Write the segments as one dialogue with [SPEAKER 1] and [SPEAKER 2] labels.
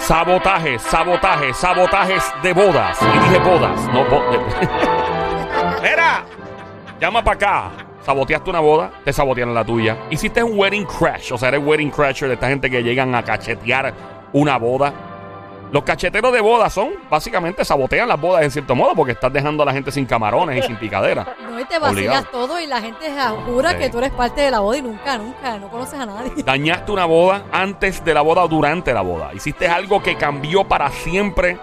[SPEAKER 1] Sabotajes, sabotajes, sabotajes de bodas. Y dije bodas, no bodas. Mira, llama para acá. Saboteaste una boda, te sabotearon la tuya. Hiciste un wedding crash, o sea, eres wedding crasher de esta gente que llegan a cachetear una boda. Los cacheteros de boda son, básicamente, sabotean las bodas en cierto modo porque estás dejando a la gente sin camarones y sin picadera.
[SPEAKER 2] No, y te vacilas
[SPEAKER 1] Obligado.
[SPEAKER 2] todo y la gente ja- jura
[SPEAKER 1] Sí.
[SPEAKER 2] que tú eres parte de la boda y nunca, nunca, no conoces a nadie.
[SPEAKER 1] Dañaste una boda antes de la boda o durante la boda. Hiciste algo que cambió para siempre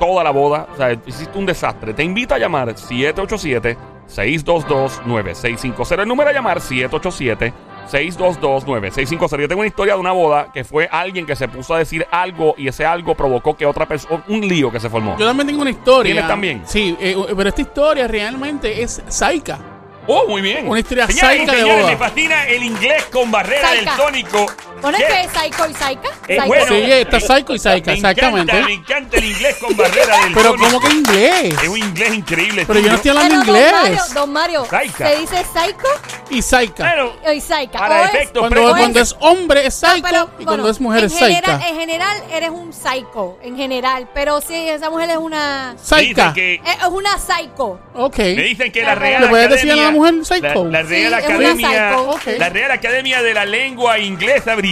[SPEAKER 1] toda la boda. O sea, hiciste un desastre. Te invito a llamar 787-622-9650. El número a llamar 787-622-9650. Yo tengo una historia de una boda que fue alguien que se puso a decir algo y ese algo provocó que otra persona... Un lío que se formó.
[SPEAKER 3] Yo también tengo una historia.
[SPEAKER 1] ¿Tienes también?
[SPEAKER 3] Sí, eh, pero esta historia realmente es saica.
[SPEAKER 1] Oh, muy bien.
[SPEAKER 3] Una historia
[SPEAKER 1] Señoras y
[SPEAKER 3] saica de
[SPEAKER 1] señores,
[SPEAKER 3] boda.
[SPEAKER 1] me fascina el inglés con barrera
[SPEAKER 2] Saica.
[SPEAKER 1] del tónico.
[SPEAKER 2] Pones
[SPEAKER 1] Yes.
[SPEAKER 2] que Psycho y Psycho.
[SPEAKER 1] Eh,
[SPEAKER 2] Psycho.
[SPEAKER 1] bueno,
[SPEAKER 3] Sí, está
[SPEAKER 1] me-
[SPEAKER 3] psycho y psycha,
[SPEAKER 1] me encanta,
[SPEAKER 3] exactamente.
[SPEAKER 1] Me encanta el inglés con barrera del
[SPEAKER 3] Pero
[SPEAKER 1] tónico.
[SPEAKER 3] ¿cómo que inglés?
[SPEAKER 1] Es un inglés increíble.
[SPEAKER 3] Pero yo no estoy
[SPEAKER 1] tío.
[SPEAKER 2] Ah,
[SPEAKER 3] hablando
[SPEAKER 2] no,
[SPEAKER 3] inglés.
[SPEAKER 2] Don Mario, don Mario
[SPEAKER 1] Saica.
[SPEAKER 2] se dice Psycho
[SPEAKER 3] Y saica.
[SPEAKER 1] Claro,
[SPEAKER 2] y Psycho.
[SPEAKER 1] Para
[SPEAKER 2] O es-
[SPEAKER 1] efectos
[SPEAKER 3] Cuando,
[SPEAKER 1] Pero-
[SPEAKER 3] cuando es hombre es psycho
[SPEAKER 2] Ah, pero,
[SPEAKER 3] y
[SPEAKER 2] bueno,
[SPEAKER 3] cuando es mujer
[SPEAKER 2] en
[SPEAKER 3] es
[SPEAKER 2] general, eh,
[SPEAKER 3] saica.
[SPEAKER 2] En general eres un psycho, en general. Pero si esa mujer es una... eh,
[SPEAKER 3] Saica.
[SPEAKER 1] dicen que,
[SPEAKER 2] Es una psycho.
[SPEAKER 3] Ok.
[SPEAKER 1] me dicen que la
[SPEAKER 2] ¿Le
[SPEAKER 1] Real
[SPEAKER 3] ¿Eh? puedes
[SPEAKER 1] Academia...
[SPEAKER 3] decir a la mujer psycho?
[SPEAKER 1] La, la Real
[SPEAKER 2] Sí, es una
[SPEAKER 1] Academia...
[SPEAKER 2] psycho.
[SPEAKER 3] Ok.
[SPEAKER 1] La Real Academia de la Lengua Inglesa Británica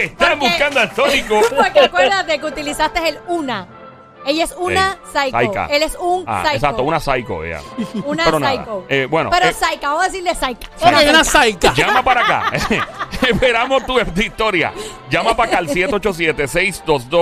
[SPEAKER 1] están
[SPEAKER 2] Porque-
[SPEAKER 1] buscando a Tónico.
[SPEAKER 2] Porque acuérdate que utilizaste el una. Ella es una
[SPEAKER 1] Sí,
[SPEAKER 2] psycho.
[SPEAKER 1] saica.
[SPEAKER 2] Él es un
[SPEAKER 1] Eh, Ah,
[SPEAKER 2] psycho.
[SPEAKER 1] exacto, una psycho, ya.
[SPEAKER 2] Una
[SPEAKER 1] Pero nada,
[SPEAKER 2] psycho.
[SPEAKER 1] eh, bueno,
[SPEAKER 2] Pero
[SPEAKER 1] eh,
[SPEAKER 2] psycho, vamos a decirle psycho.
[SPEAKER 3] Ok, una saica.
[SPEAKER 1] Llama para acá. Esperamos tu tu historia. Llama para acá al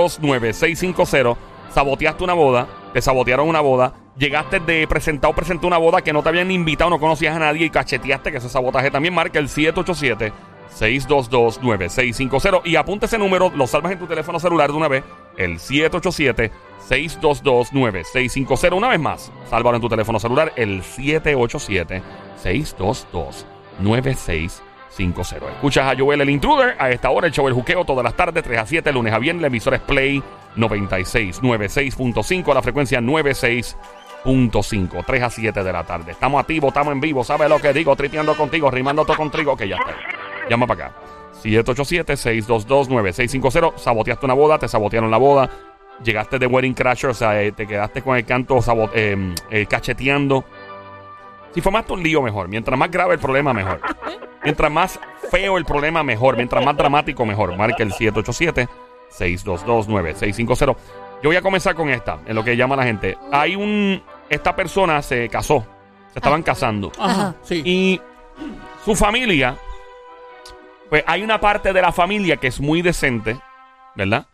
[SPEAKER 1] 787-622-9650. Saboteaste una boda, te sabotearon una boda, llegaste de presentado, presentó una boda que no te habían invitado, no conocías a nadie y cacheteaste que ese sabotaje también marca el 787. 622-9650 y apunta ese número, lo salvas en tu teléfono celular de una vez, el 787-622-9650. Una vez más, sálvalo en tu teléfono celular, el 787-622-9650. Escuchas a Joel el Intruder, a esta hora el show El Juqueo, todas las tardes, 3 a 7, lunes a viernes, la emisora es Play 96, 96.5, a la frecuencia 96.5, 3 a 7 de la tarde. Estamos activos, estamos en vivo, ¿sabes lo que digo? Triteando contigo, rimando todo contigo, que ya está. Llama para acá. 787-622-9650. Saboteaste una boda, te sabotearon la boda. Llegaste de Wedding Crasher, o sea, eh, te quedaste con el canto sabo- eh, eh, cacheteando. Si formaste un lío, mejor. Mientras más grave el problema, mejor. Mientras más feo el problema, mejor. Mientras más dramático, mejor. Marca el 787-622-9650. Yo voy a comenzar con esta, en lo que llama la gente. Hay un... Esta persona se casó. Se estaban casando.
[SPEAKER 3] Ajá. Sí.
[SPEAKER 1] Y su familia, pues hay una parte de la familia que es muy decente, ¿verdad?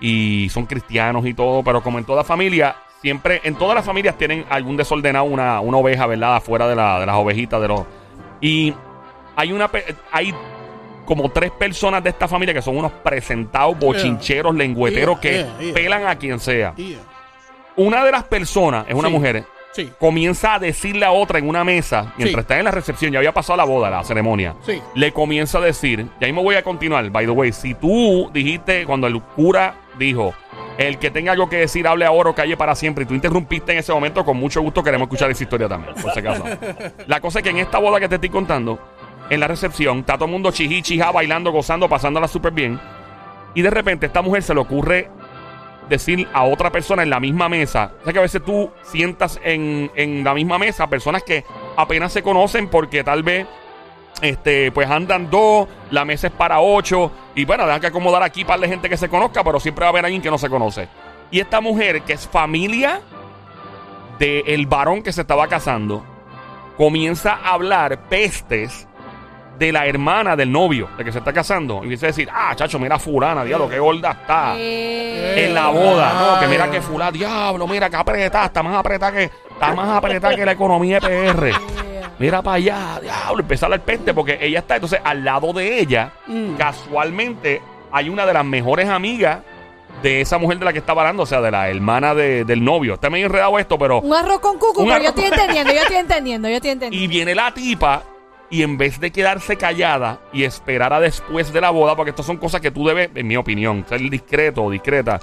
[SPEAKER 1] Y son cristianos y todo, pero como en toda familia, siempre, en todas las familias tienen algún desordenado, una, una oveja, ¿verdad? Afuera de, la- de las ovejitas, de los... Y hay una... pe- Hay como tres personas de esta familia que son unos presentados, bochincheros, lengüeteros, que
[SPEAKER 3] yeah, yeah.
[SPEAKER 1] pelan a quien sea.
[SPEAKER 3] Yeah.
[SPEAKER 1] Una de las personas es una
[SPEAKER 3] Sí.
[SPEAKER 1] mujer
[SPEAKER 3] Sí.
[SPEAKER 1] comienza a decirle a otra en una mesa, mientras
[SPEAKER 3] Sí.
[SPEAKER 1] está en la recepción, ya había pasado la boda, la ceremonia,
[SPEAKER 3] Sí.
[SPEAKER 1] le comienza a decir, y ahí me voy a continuar, by the way, si tú dijiste cuando el cura dijo, el que tenga algo que decir hable ahora o calle para siempre, y tú interrumpiste en ese momento, con mucho gusto queremos escuchar esa historia también, por si acaso. La cosa es que en esta boda que te estoy contando, en la recepción, está todo el mundo chijí, chijá, bailando, gozando, pasándola súper bien, y de repente esta mujer se le ocurre decir a otra persona en la misma mesa. O sea que a veces tú sientas en, en la misma mesa a personas que apenas se conocen porque tal vez este, pues andan dos, la mesa es para ocho. Y bueno, dejan que acomodar aquí para la gente que se conozca, pero siempre va a haber alguien que no se conoce. Y esta mujer, que es familia del varón que se estaba casando, comienza a hablar pestes de la hermana del novio, de que se está casando. Y empieza a decir, ah, chacho, mira fulana, diablo, qué gorda está
[SPEAKER 2] Eh,
[SPEAKER 1] en la boda, ¿no? Que mira que fulá, diablo, mira que apretada, está más apretada que, está más apretada que la economía PR. Mira para allá, diablo, empezar al peste, porque ella está, entonces, al lado de ella,
[SPEAKER 3] Mm.
[SPEAKER 1] casualmente, hay una de las mejores amigas de esa mujer de la que está hablando, o sea, de la hermana de- del novio. Está medio enredado esto, pero...
[SPEAKER 2] Un arroz con cucu,
[SPEAKER 1] Un
[SPEAKER 2] pero yo
[SPEAKER 1] arroz
[SPEAKER 2] estoy
[SPEAKER 1] con-
[SPEAKER 2] entendiendo, yo estoy entendiendo, yo estoy
[SPEAKER 1] Y
[SPEAKER 2] entendiendo.
[SPEAKER 1] viene la tipa y en vez de quedarse callada y esperar a después de la boda, porque estas son cosas que tú debes, en mi opinión, ser discreto o discreta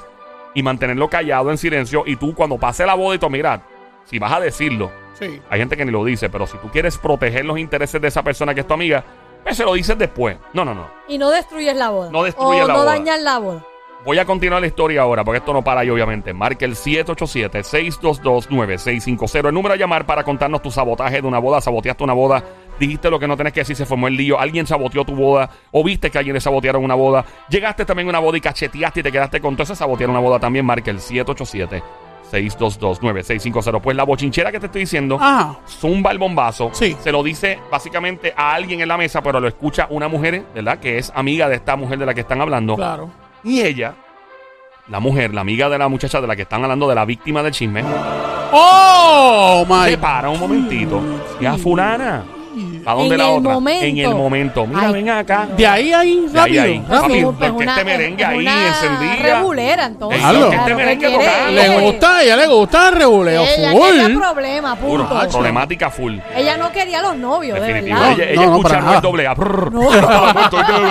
[SPEAKER 1] y mantenerlo callado en silencio. Y tú cuando pase la boda y tú, mira, si vas a decirlo,
[SPEAKER 3] Sí.
[SPEAKER 1] hay gente que ni lo dice, pero si tú quieres proteger los intereses de esa persona que es tu amiga, pues se lo dices después. No, no, no.
[SPEAKER 2] Y, no destruyes la boda.
[SPEAKER 1] No destruyes
[SPEAKER 2] o
[SPEAKER 1] la
[SPEAKER 2] no
[SPEAKER 1] boda.
[SPEAKER 2] dañas la boda.
[SPEAKER 1] Voy a continuar la historia ahora, porque esto no para ahí, obviamente. Marca el 787-622-9650. El número a llamar para contarnos tu sabotaje de una boda. Saboteaste una boda, dijiste lo que no tenés que decir, se formó el lío. Alguien saboteó tu boda, o viste que alguien le sabotearon una boda. Llegaste también a una boda y cacheteaste y te quedaste con todo ese sabotearon una boda también. Marca el 787-622-9650. Pues la bochinchera que te estoy diciendo
[SPEAKER 3] Ajá.
[SPEAKER 1] zumba el bombazo.
[SPEAKER 3] Sí.
[SPEAKER 1] Se lo dice básicamente a alguien en la mesa, pero lo escucha una mujer, ¿verdad? Que es amiga de esta mujer de la que están hablando.
[SPEAKER 3] Claro.
[SPEAKER 1] Y ella, la mujer, la amiga de la muchacha de la que están hablando, de la víctima del chisme,
[SPEAKER 3] ¡Oh, my!
[SPEAKER 1] se para un momentito. Y a fulana. ¿A dónde
[SPEAKER 2] En
[SPEAKER 1] la
[SPEAKER 2] el
[SPEAKER 1] otra?
[SPEAKER 2] momento.
[SPEAKER 1] En el momento. Mira,
[SPEAKER 2] Ay.
[SPEAKER 1] ven acá.
[SPEAKER 3] De ahí, ahí,
[SPEAKER 1] De ahí,
[SPEAKER 3] rápido.
[SPEAKER 1] ahí.
[SPEAKER 3] rápido.
[SPEAKER 1] Papi,
[SPEAKER 2] Pues
[SPEAKER 1] porque
[SPEAKER 2] una-
[SPEAKER 1] este merengue
[SPEAKER 2] es
[SPEAKER 1] ahí
[SPEAKER 2] una
[SPEAKER 1] encendida.
[SPEAKER 2] Regulera, entonces.
[SPEAKER 1] Ey,
[SPEAKER 3] Hablo.
[SPEAKER 2] Claro,
[SPEAKER 1] este
[SPEAKER 2] ¿qué
[SPEAKER 1] merengue
[SPEAKER 2] quiere?
[SPEAKER 1] tocando.
[SPEAKER 3] Le gusta, a ella le gusta el reguleo
[SPEAKER 2] Ella
[SPEAKER 3] full.
[SPEAKER 2] quería problema,
[SPEAKER 1] Puro,
[SPEAKER 2] punto.
[SPEAKER 1] problemática full.
[SPEAKER 2] Ella no quería los novios, de
[SPEAKER 1] Definitivo.
[SPEAKER 2] verdad.
[SPEAKER 1] Ella,
[SPEAKER 3] No,
[SPEAKER 1] ella
[SPEAKER 3] no,
[SPEAKER 1] escucha
[SPEAKER 3] para
[SPEAKER 1] no
[SPEAKER 3] nada.
[SPEAKER 1] es doble A.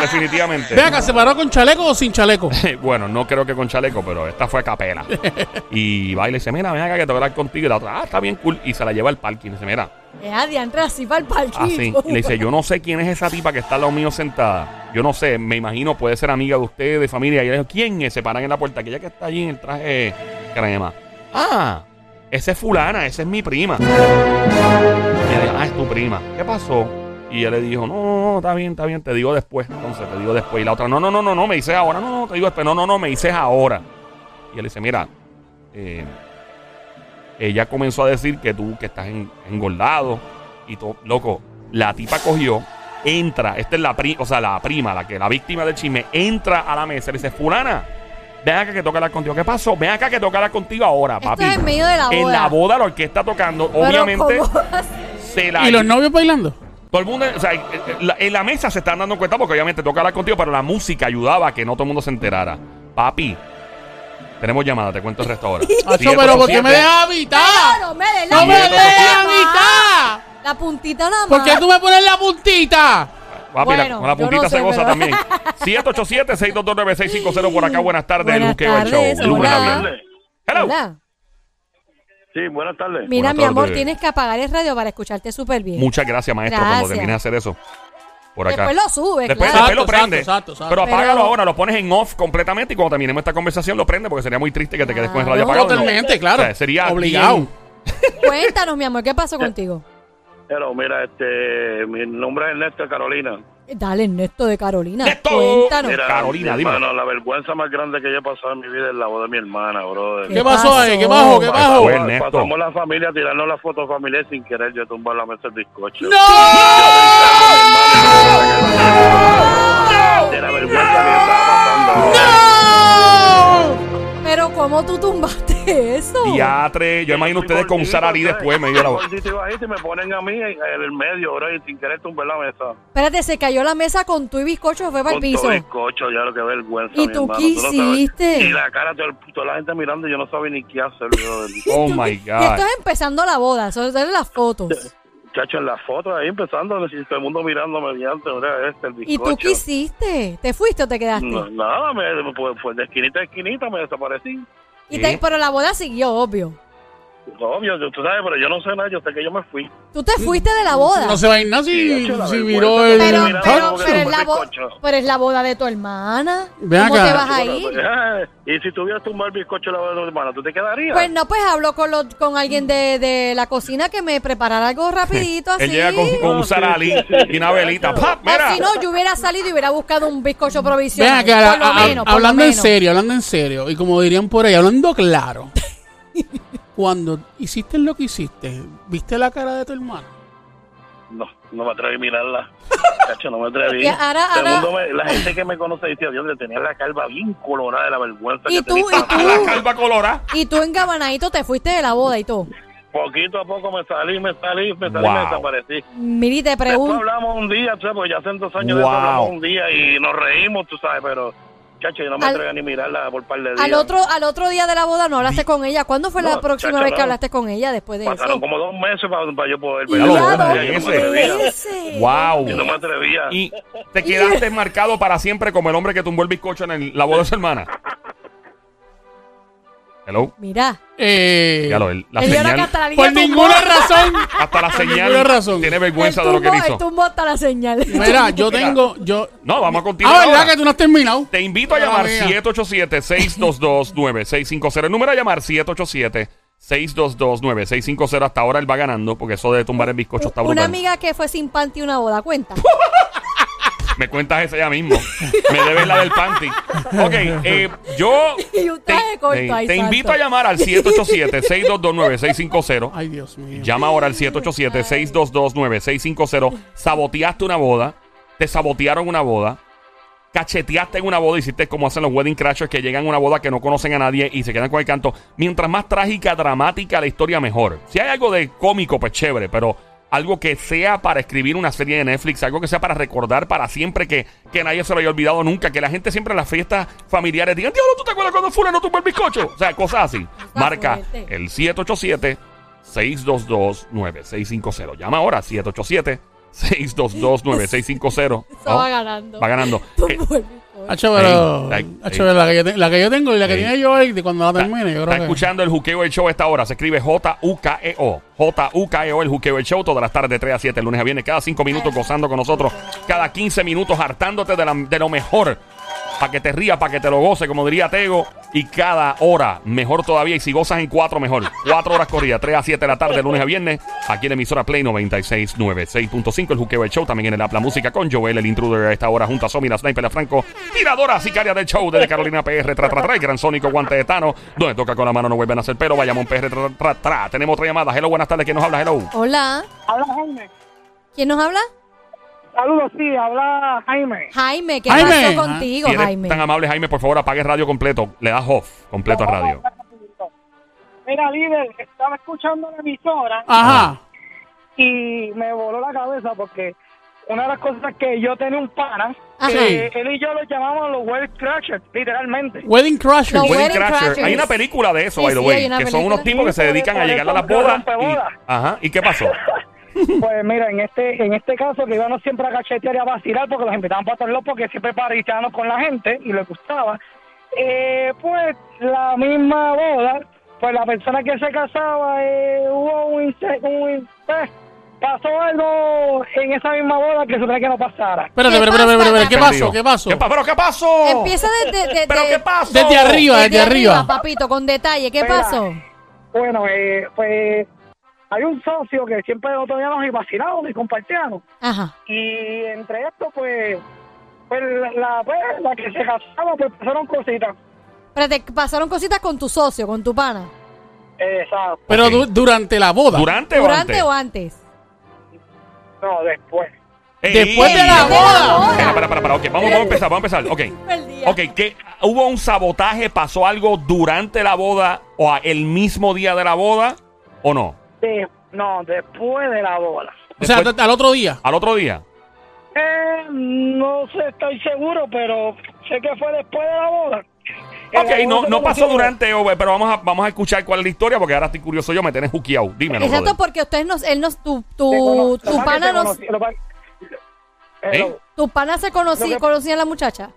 [SPEAKER 1] Definitivamente.
[SPEAKER 3] Ve acá, ¿se paró con chaleco o sin chaleco?
[SPEAKER 1] bueno, no creo que con chaleco, pero esta fue a capela. y baila y dice, mira, ven acá que te voy a hablar contigo. Y la otra, ah, está bien cool. Y se la lleva al parking. Y dice, mira,
[SPEAKER 2] Es adiantre así para el parquito.
[SPEAKER 1] así. Y Ah, le dice, yo no sé quién es esa tipa que está al lado mío sentada. Yo no sé, me imagino puede ser amiga de ustedes, de familia. Y ella dijo, ¿quién es? Se paran en la puerta. Aquella que está allí en el traje crema. Ah, esa es fulana, esa es mi prima. Y ella dijo, ah, es tu prima. ¿Qué pasó? Y ella le dijo, no, no, no, está bien, está bien, te digo después. Entonces te digo después. Y la otra, no, no, no, no, no, me dices ahora. No, no, te digo después. No, no, no, me dices ahora. Y él dice, mira, eh, ella comenzó a decir que tú que estás en- engordado y todo. Loco, la tipa cogió, entra, esta es la prima, o sea, la prima, la que la víctima del chisme, entra a la mesa y le dice, fulana, ven acá que toca hablar contigo. ¿Qué pasó? Ven acá que toca hablar contigo ahora,
[SPEAKER 2] Esto
[SPEAKER 1] papi.
[SPEAKER 2] es en medio de la boda.
[SPEAKER 1] En la boda la orquesta tocando,
[SPEAKER 2] Pero
[SPEAKER 1] obviamente
[SPEAKER 2] ¿cómo así?
[SPEAKER 1] se la...
[SPEAKER 3] ¿Y los novios bailando?
[SPEAKER 1] Todo el mundo, o sea, eh, eh, la- en la mesa se están dando cuenta porque obviamente toca hablar contigo, pero la música ayudaba a que no todo el mundo se enterara. Papi, tenemos llamada, te cuento el resto ahora.
[SPEAKER 3] Acho, Ah, pero ¿por qué me
[SPEAKER 1] 787.
[SPEAKER 3] dejas
[SPEAKER 1] Ah,
[SPEAKER 3] habitar?
[SPEAKER 2] Claro, me des la
[SPEAKER 3] ¡No me
[SPEAKER 2] puntita
[SPEAKER 3] dejes
[SPEAKER 2] nada
[SPEAKER 3] habitar!
[SPEAKER 2] más. La puntita nada más.
[SPEAKER 3] ¿Por qué tú me pones la puntita?
[SPEAKER 1] Papi, la-
[SPEAKER 2] Bueno,
[SPEAKER 1] con la
[SPEAKER 2] yo no
[SPEAKER 1] puntita se
[SPEAKER 2] sé,
[SPEAKER 1] goza
[SPEAKER 2] pero-
[SPEAKER 1] también. 787-622-9650 por acá. Buenas tardes,
[SPEAKER 2] Buenas
[SPEAKER 1] el Juqueo el
[SPEAKER 2] tardes,
[SPEAKER 1] Show. Lunes a
[SPEAKER 2] hola.
[SPEAKER 1] viernes.
[SPEAKER 4] tardes.
[SPEAKER 1] Hello.
[SPEAKER 2] Hola.
[SPEAKER 4] Sí, buenas tardes.
[SPEAKER 2] Mira,
[SPEAKER 1] Buenas
[SPEAKER 2] mi amor,
[SPEAKER 1] tardes.
[SPEAKER 2] tienes que apagar el radio para escucharte súper bien.
[SPEAKER 1] Muchas gracias, maestro, cuando
[SPEAKER 2] Gracias.
[SPEAKER 1] termines de hacer eso. Por acá.
[SPEAKER 2] Después lo subes,
[SPEAKER 1] Después,
[SPEAKER 2] claro.
[SPEAKER 1] después lo
[SPEAKER 3] Exacto,
[SPEAKER 1] prende.
[SPEAKER 3] exacto, exacto,
[SPEAKER 1] Pero
[SPEAKER 3] exacto.
[SPEAKER 1] apágalo
[SPEAKER 2] Pero-
[SPEAKER 1] ahora, lo pones en off completamente y cuando terminemos esta conversación lo prende porque sería muy triste que te quedes con el radio
[SPEAKER 2] Claro.
[SPEAKER 1] apagado. ¿no?
[SPEAKER 3] Totalmente, claro.
[SPEAKER 1] O sea, sería
[SPEAKER 3] obligado.
[SPEAKER 1] bien-
[SPEAKER 2] Cuéntanos, mi amor, ¿qué pasó contigo?
[SPEAKER 4] Pero mira, este, mi nombre es Ernesto Carolina.
[SPEAKER 2] Dale, Ernesto de Carolina.
[SPEAKER 1] Eh. ¡Ernesto!
[SPEAKER 2] Cuéntanos.
[SPEAKER 4] Mira,
[SPEAKER 1] Carolina,
[SPEAKER 4] mi
[SPEAKER 1] dime.
[SPEAKER 4] hermano, la vergüenza más grande que yo he pasado en mi vida es la voz de mi hermana, brother.
[SPEAKER 3] ¿Qué pasó ahí? ¿Qué bajo? ¿Qué
[SPEAKER 1] Pasó,
[SPEAKER 3] bajo?
[SPEAKER 1] eh. Ernesto.
[SPEAKER 4] Pasamos la familia tirando las fotos familiares sin querer. Yo tumbo la mesa del bizcocho. De la vergüenza que yo estaba pasando.
[SPEAKER 3] ¡No!
[SPEAKER 2] Pero ¿cómo tú tumbaste eso?
[SPEAKER 1] Diatre. Yo imagino ustedes con
[SPEAKER 4] Gordito,
[SPEAKER 1] Sarari
[SPEAKER 4] ¿sabes?
[SPEAKER 1] después me dio la voz.
[SPEAKER 4] Gordito y bajito, y me ponen a mí en el medio, brother, y sin querer tumbar la mesa.
[SPEAKER 2] Espérate, se cayó la mesa con tu y bizcocho, fue para el
[SPEAKER 4] Con
[SPEAKER 2] piso.
[SPEAKER 4] todo bizcocho, ya lo que vergüenza.
[SPEAKER 2] ¿Y
[SPEAKER 4] mi
[SPEAKER 2] tú
[SPEAKER 4] hermano,
[SPEAKER 2] qué
[SPEAKER 4] no sabes.
[SPEAKER 2] hiciste?
[SPEAKER 4] Y la cara, todo el- toda la gente mirando, yo no sabía ni qué hacer, brother.
[SPEAKER 1] Oh my
[SPEAKER 2] Y
[SPEAKER 1] God.
[SPEAKER 2] esto es empezando la boda, son son las fotos.
[SPEAKER 4] Chacho, en la foto ahí empezando, así, todo el mundo mirándome mediante, mira, este, el
[SPEAKER 2] ¿Y tú
[SPEAKER 4] bizcocho.
[SPEAKER 2] qué hiciste? ¿Te fuiste o te quedaste?
[SPEAKER 4] No, nada, me, me- pues, pues, de esquinita a esquinita me desaparecí.
[SPEAKER 2] Y te-
[SPEAKER 1] Sí.
[SPEAKER 2] pero la boda siguió, obvio.
[SPEAKER 4] Obvio, tú- tú sabes, pero yo no sé nada, yo sé que yo me fui.
[SPEAKER 2] Tú te fuiste de la boda.
[SPEAKER 3] No se va a ir nada si,
[SPEAKER 4] Sí, la
[SPEAKER 3] si
[SPEAKER 4] vergüenza.
[SPEAKER 3] miró el.
[SPEAKER 2] pero,
[SPEAKER 4] Mira,
[SPEAKER 2] pero,
[SPEAKER 4] mira,
[SPEAKER 2] pero es la
[SPEAKER 4] mira,
[SPEAKER 2] bo-
[SPEAKER 4] bizcocho.
[SPEAKER 2] pero es la boda de tu hermana.
[SPEAKER 3] Ven
[SPEAKER 2] ¿Cómo
[SPEAKER 3] acá.
[SPEAKER 2] te vas a
[SPEAKER 4] Bueno,
[SPEAKER 2] ir?
[SPEAKER 4] pues, eh, y si tuvieras tumbado el bizcocho la de tu hermana, ¿tú te quedarías?
[SPEAKER 2] Pues no, pues hablo con, los- con alguien de, de la cocina que me preparara algo rapidito así.
[SPEAKER 1] Él llega con, con un saralí y una velita. ¡Pap!
[SPEAKER 2] O
[SPEAKER 1] Mira.
[SPEAKER 2] si no, yo hubiera salido y hubiera buscado un bizcocho
[SPEAKER 3] Ven
[SPEAKER 2] provisional.
[SPEAKER 3] acá,
[SPEAKER 2] por lo
[SPEAKER 3] a- a-
[SPEAKER 2] menos, por lo
[SPEAKER 3] hablando en
[SPEAKER 2] menos.
[SPEAKER 3] serio, hablando en serio, y como dirían por ahí, hablando claro. cuando hiciste lo que hiciste, ¿viste la cara de tu hermano?
[SPEAKER 4] No, no me atreví a mirarla. Chacho, no me atreví.
[SPEAKER 2] Y ahora-
[SPEAKER 4] Todo el
[SPEAKER 2] ahora-
[SPEAKER 4] mundo me- la gente que me conoce decía, Dios, le tenía la calva bien colorada de la vergüenza.
[SPEAKER 2] ¿Y
[SPEAKER 4] que
[SPEAKER 2] tú?
[SPEAKER 4] tenía.
[SPEAKER 2] ¿Y tú?
[SPEAKER 1] La calva colorada.
[SPEAKER 2] Y tú engabanadito te fuiste de la boda y todo.
[SPEAKER 4] Poquito a poco me salí, me salí, me salí,
[SPEAKER 1] Wow.
[SPEAKER 4] me desaparecí.
[SPEAKER 2] Miri, te
[SPEAKER 4] Después
[SPEAKER 2] pregunto.
[SPEAKER 4] hablamos un día, tú sabes, porque ya hace dos años de
[SPEAKER 1] Wow.
[SPEAKER 4] eso hablamos un día y nos reímos, tú sabes, pero, chacho, yo no me
[SPEAKER 2] Al-
[SPEAKER 4] atrevo ni a mirarla por par de días.
[SPEAKER 2] Al otro, al otro día de la boda no hablaste con ella. ¿Cuándo fue la
[SPEAKER 4] No,
[SPEAKER 2] próxima
[SPEAKER 4] chacho,
[SPEAKER 2] vez que
[SPEAKER 4] no.
[SPEAKER 2] hablaste con ella después de
[SPEAKER 4] Pasaron
[SPEAKER 2] eso?
[SPEAKER 4] como dos meses para, para yo poder
[SPEAKER 2] Y
[SPEAKER 1] Ya
[SPEAKER 4] verla.
[SPEAKER 1] lo
[SPEAKER 2] ya
[SPEAKER 1] veo,
[SPEAKER 2] dos
[SPEAKER 1] ya
[SPEAKER 4] yo no me
[SPEAKER 1] meses.
[SPEAKER 4] atrevía.
[SPEAKER 2] meses.
[SPEAKER 1] Wow.
[SPEAKER 4] Yo no me atrevía.
[SPEAKER 1] Y te quedaste marcado para siempre como el hombre que tumbó el bizcocho en el- la boda de su hermana. Hello.
[SPEAKER 2] Mira.
[SPEAKER 3] Eh,
[SPEAKER 1] Ya lo- la
[SPEAKER 2] él llora
[SPEAKER 1] señal.
[SPEAKER 2] que hasta la
[SPEAKER 3] por
[SPEAKER 2] línea tumbó.
[SPEAKER 3] Pues ninguna razón.
[SPEAKER 1] Hasta la
[SPEAKER 3] ninguna
[SPEAKER 1] señal
[SPEAKER 3] razón.
[SPEAKER 1] tiene
[SPEAKER 2] Él
[SPEAKER 1] vergüenza de lo que él
[SPEAKER 2] tumbó- él
[SPEAKER 1] hizo.
[SPEAKER 2] tumbó hasta la señal.
[SPEAKER 3] Mira, yo tengo. Yo,
[SPEAKER 1] No, vamos a
[SPEAKER 3] ah,
[SPEAKER 1] continuar.
[SPEAKER 3] ¿verdad
[SPEAKER 1] ahora.
[SPEAKER 3] que tú no has terminado?
[SPEAKER 1] Te invito a
[SPEAKER 3] Mala
[SPEAKER 1] llamar
[SPEAKER 3] mía.
[SPEAKER 1] 787-622-9650. El número a llamar 787-622-9650. Hasta ahora él va ganando porque eso de tumbar el bizcocho está
[SPEAKER 2] Una
[SPEAKER 1] brutal.
[SPEAKER 2] amiga que fue sin panty una boda, cuenta.
[SPEAKER 1] Me cuentas esa ya mismo. Me debes la del panty. Ok, eh, yo
[SPEAKER 2] Y un
[SPEAKER 1] te,
[SPEAKER 2] traje corto,
[SPEAKER 1] eh,
[SPEAKER 2] ay,
[SPEAKER 1] te
[SPEAKER 2] santo.
[SPEAKER 1] invito a llamar al 787-622-9650.
[SPEAKER 3] Ay, Dios mío.
[SPEAKER 1] Llama ahora al 787-622-9650. Saboteaste una boda. Te sabotearon una boda. Cacheteaste en una boda. Hiciste como hacen los wedding crashers que llegan a una boda que no conocen a nadie y se quedan con el canto. Mientras más trágica, dramática la historia, mejor. Si hay algo de cómico, pues chévere, pero algo que sea para escribir una serie de Netflix, algo que sea para recordar para siempre que, que nadie se lo haya olvidado nunca, que la gente siempre en las fiestas familiares digan, diablo, ¿tú te acuerdas cuando fulano tuvo el bizcocho? O sea, cosas así. Marca
[SPEAKER 2] fuerte.
[SPEAKER 1] el 787-622-9650. Llama ahora, 787-622-9650.
[SPEAKER 2] Eso
[SPEAKER 1] Oh,
[SPEAKER 2] va ganando.
[SPEAKER 1] va ganando. Eh,
[SPEAKER 2] Tumbó el bizcocho.
[SPEAKER 3] Hacho, pero-
[SPEAKER 1] Ey, ey,
[SPEAKER 3] hacho, la, que yo te- la que yo tengo y la que
[SPEAKER 1] Ey.
[SPEAKER 3] tiene Joel de cuando la termine, yo creo
[SPEAKER 1] Está
[SPEAKER 3] que-
[SPEAKER 1] escuchando el Juqueo del Show a esta hora. Se escribe J-U-K-E-O. J-U-K-E-O, E el Juqueo del Show. Todas las tardes, de 3 a 7, lunes a viernes. Cada 5 minutos gozando con nosotros. Cada 15 minutos hartándote de, la- de lo mejor. Para que te rías, para que te lo goce, como diría Tego. Y cada hora mejor todavía. Y si gozas en 4, mejor. 4 horas corridas, 3 a 7 de la tarde, lunes a viernes. Aquí en emisora Play 96.96.5. El Juqueo del Show. También en el Apla Música con Joel, el intruder a esta hora. Junto a Somi, la sniper, la Franco. Tiradora, sicaria del show. Desde Carolina PR, tra, tra, tra. El gran sónico, guante de Tano. Donde toca con la mano, no vuelven a hacer pero. Vayamos PR, tra, tra, tra. Tenemos otra llamada. Hello, buenas tardes. ¿Quién nos habla? Hello.
[SPEAKER 2] Hola.
[SPEAKER 5] Habla Jaime.
[SPEAKER 2] ¿Quién nos habla?
[SPEAKER 5] Saludos, sí, habla Jaime.
[SPEAKER 2] Jaime. ¿Qué
[SPEAKER 3] Jaime.
[SPEAKER 2] pasó contigo,
[SPEAKER 1] Ah, Si eres
[SPEAKER 2] Jaime?
[SPEAKER 1] tan amable, Jaime, por favor, apague radio completo. Le das off completo a radio.
[SPEAKER 5] Mira, líder, estaba escuchando la emisora
[SPEAKER 1] Ah.
[SPEAKER 3] Ajá.
[SPEAKER 5] y me voló la cabeza porque una de las cosas que yo tenía un pana,
[SPEAKER 2] Ajá.
[SPEAKER 5] que él y yo lo llamamos los World Crashers, literalmente.
[SPEAKER 3] Wedding Crusher.
[SPEAKER 2] Los
[SPEAKER 1] Wedding
[SPEAKER 2] Wedding
[SPEAKER 1] Crashers.
[SPEAKER 2] Crashers.
[SPEAKER 1] Hay una película de eso,
[SPEAKER 2] Sí,
[SPEAKER 1] by the
[SPEAKER 2] sí,
[SPEAKER 1] way.
[SPEAKER 2] hay una
[SPEAKER 1] Que son
[SPEAKER 2] película.
[SPEAKER 1] unos tipos que se
[SPEAKER 5] Sí,
[SPEAKER 1] dedican a
[SPEAKER 5] por
[SPEAKER 1] llegar a
[SPEAKER 5] eso
[SPEAKER 1] las
[SPEAKER 5] yo
[SPEAKER 1] bodas.
[SPEAKER 5] rompebodas.
[SPEAKER 1] y- ajá. ¿Y qué pasó?
[SPEAKER 5] Pues mira, en este en este caso que íbamos siempre a cachetear y a vacilar porque los invitaban para todos lados porque siempre paricianos con la gente y les gustaba. Eh, pues la misma boda, pues la persona que se casaba eh, hubo un, ince- un pues, pasó algo en esa misma boda que suponía que no pasara.
[SPEAKER 3] Espérate,
[SPEAKER 2] ¿Qué
[SPEAKER 3] espérate, espérate,
[SPEAKER 2] pasa,
[SPEAKER 3] espérate, ¿Qué
[SPEAKER 1] Perdido.
[SPEAKER 3] pasó? ¿Qué pasó?
[SPEAKER 1] ¿Qué pa- ¿Pero qué pasó?
[SPEAKER 2] Empieza desde, desde,
[SPEAKER 1] ¿Pero qué pasó?
[SPEAKER 3] Desde arriba, desde, arriba.
[SPEAKER 2] papito, con detalle. ¿Qué
[SPEAKER 5] Espera.
[SPEAKER 2] pasó?
[SPEAKER 5] Bueno, eh, pues hay un socio que siempre nosotros nos vacilábamos y compartíamos.
[SPEAKER 2] Ajá.
[SPEAKER 5] y entre esto pues pues la, la, pues, la que se casaba pues pasaron cositas
[SPEAKER 2] Espérate, pasaron cositas con tu socio, con tu pana.
[SPEAKER 5] exacto
[SPEAKER 3] Pero
[SPEAKER 1] Ok.
[SPEAKER 3] du- durante la boda.
[SPEAKER 1] ¿Durante, o
[SPEAKER 2] ¿Durante
[SPEAKER 1] antes?
[SPEAKER 2] o antes?
[SPEAKER 5] no después
[SPEAKER 3] Después
[SPEAKER 1] Ey,
[SPEAKER 3] de la
[SPEAKER 1] ey,
[SPEAKER 3] boda.
[SPEAKER 1] Espera, espera, espera, espera. Ok, vamos, vamos a empezar, vamos a empezar. Ok.
[SPEAKER 2] Perdida.
[SPEAKER 1] Ok, que hubo un sabotaje, pasó algo durante la boda o a- el mismo día de la boda o no?
[SPEAKER 5] De- no después de la boda
[SPEAKER 3] o sea,
[SPEAKER 1] Después-
[SPEAKER 3] al otro día.
[SPEAKER 1] al otro día.
[SPEAKER 5] eh, no sé estoy seguro pero sé que fue después de la boda El
[SPEAKER 1] Ok,
[SPEAKER 5] abuso
[SPEAKER 1] no,
[SPEAKER 5] que
[SPEAKER 1] no pasó
[SPEAKER 5] recibe.
[SPEAKER 1] durante, oh, pero vamos a, vamos a escuchar cuál es la historia porque ahora estoy curioso yo, me tenés juqueado. Dímelo.
[SPEAKER 2] Exacto,
[SPEAKER 1] brother.
[SPEAKER 2] porque ustedes nos, él nos, tu,
[SPEAKER 5] Te
[SPEAKER 2] tu,
[SPEAKER 5] cono- lo
[SPEAKER 2] tu
[SPEAKER 5] más que
[SPEAKER 2] pana
[SPEAKER 5] te
[SPEAKER 2] nos,
[SPEAKER 5] conocí- lo más-
[SPEAKER 1] ¿Eh?
[SPEAKER 2] tu pana se
[SPEAKER 5] Lo
[SPEAKER 2] conocía,
[SPEAKER 5] que-
[SPEAKER 2] conocía a la muchacha.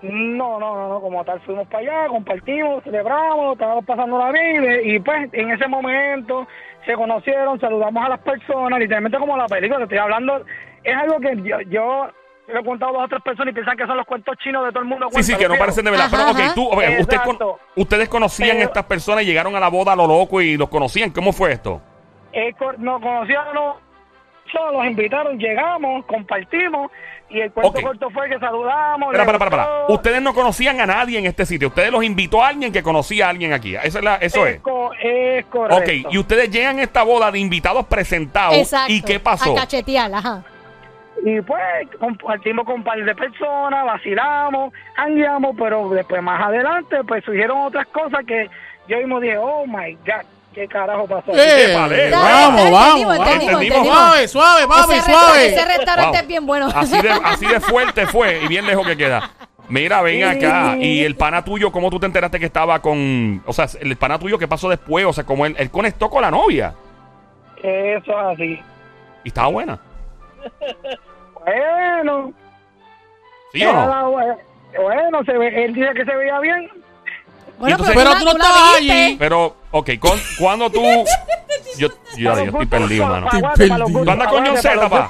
[SPEAKER 5] No, no, no, no, como tal, fuimos para allá, compartimos, celebramos, estábamos pasando la vida y pues en ese momento se conocieron, saludamos a las personas, literalmente como la película, te estoy hablando, es algo que yo, yo lo he contado a dos o tres personas y piensan que son los cuentos chinos de todo el mundo.
[SPEAKER 1] Sí, sí, que no parecen de verdad.
[SPEAKER 2] Ajá,
[SPEAKER 1] pero ok,
[SPEAKER 2] ajá.
[SPEAKER 1] tú, ok, ustedes, con-
[SPEAKER 5] Exacto.
[SPEAKER 1] ustedes conocían a
[SPEAKER 5] Pero-
[SPEAKER 1] estas personas y llegaron a la boda a lo loco y los conocían. ¿Cómo fue esto?
[SPEAKER 5] eh, nos conocieron, no, solo los invitaron, llegamos, compartimos y el cuento
[SPEAKER 1] Ok.
[SPEAKER 5] corto fue que saludamos.
[SPEAKER 1] Espera,
[SPEAKER 5] le
[SPEAKER 1] espera, espera, espera.
[SPEAKER 5] gustó.
[SPEAKER 1] Ustedes no conocían a nadie en este sitio. Ustedes los invitó a alguien que conocía a alguien aquí. Esa es la- eso es.
[SPEAKER 5] Es, co- es
[SPEAKER 1] Ok,
[SPEAKER 5] correcto.
[SPEAKER 1] y ustedes llegan a esta boda de invitados presentados.
[SPEAKER 2] Exacto.
[SPEAKER 1] ¿Y qué pasó?
[SPEAKER 2] A cachetearla, ajá.
[SPEAKER 5] Y pues compartimos con un par de personas, vacilamos, anguiamos, pero después más adelante pues surgieron otras cosas que yo mismo dije, oh my God, ¿qué carajo pasó?
[SPEAKER 2] Pues,
[SPEAKER 3] Eh,
[SPEAKER 1] qué padre,
[SPEAKER 3] vamos,
[SPEAKER 2] entendimos,
[SPEAKER 3] vamos,
[SPEAKER 2] entendimos,
[SPEAKER 3] vamos.
[SPEAKER 1] entendimos.
[SPEAKER 3] Suave, suave, papi,
[SPEAKER 2] ese,
[SPEAKER 3] suave.
[SPEAKER 2] ese restaurante
[SPEAKER 1] Wow.
[SPEAKER 2] este es bien bueno.
[SPEAKER 1] Así de, así de fuerte fue y bien lejos que queda. Mira, ven acá. Y el pana tuyo, ¿cómo tú te enteraste que estaba con. O sea, el pana tuyo, ¿qué pasó después? O sea, como él, él conectó con la novia.
[SPEAKER 5] Eso es así.
[SPEAKER 1] Y estaba buena.
[SPEAKER 5] Bueno,
[SPEAKER 1] ¿Sí o
[SPEAKER 5] era
[SPEAKER 1] no?
[SPEAKER 5] la- bueno, se ve- él dice que se veía bien.
[SPEAKER 2] Bueno,
[SPEAKER 1] entonces-
[SPEAKER 3] Pero
[SPEAKER 2] la-
[SPEAKER 3] tú no
[SPEAKER 2] la
[SPEAKER 3] estabas
[SPEAKER 2] viste.
[SPEAKER 3] allí.
[SPEAKER 1] Pero, ok, con- cuando tú. Yo, yo, yo estoy perdido, mano.
[SPEAKER 3] perdido.
[SPEAKER 1] ¿Tú andas con John Zeta, pa?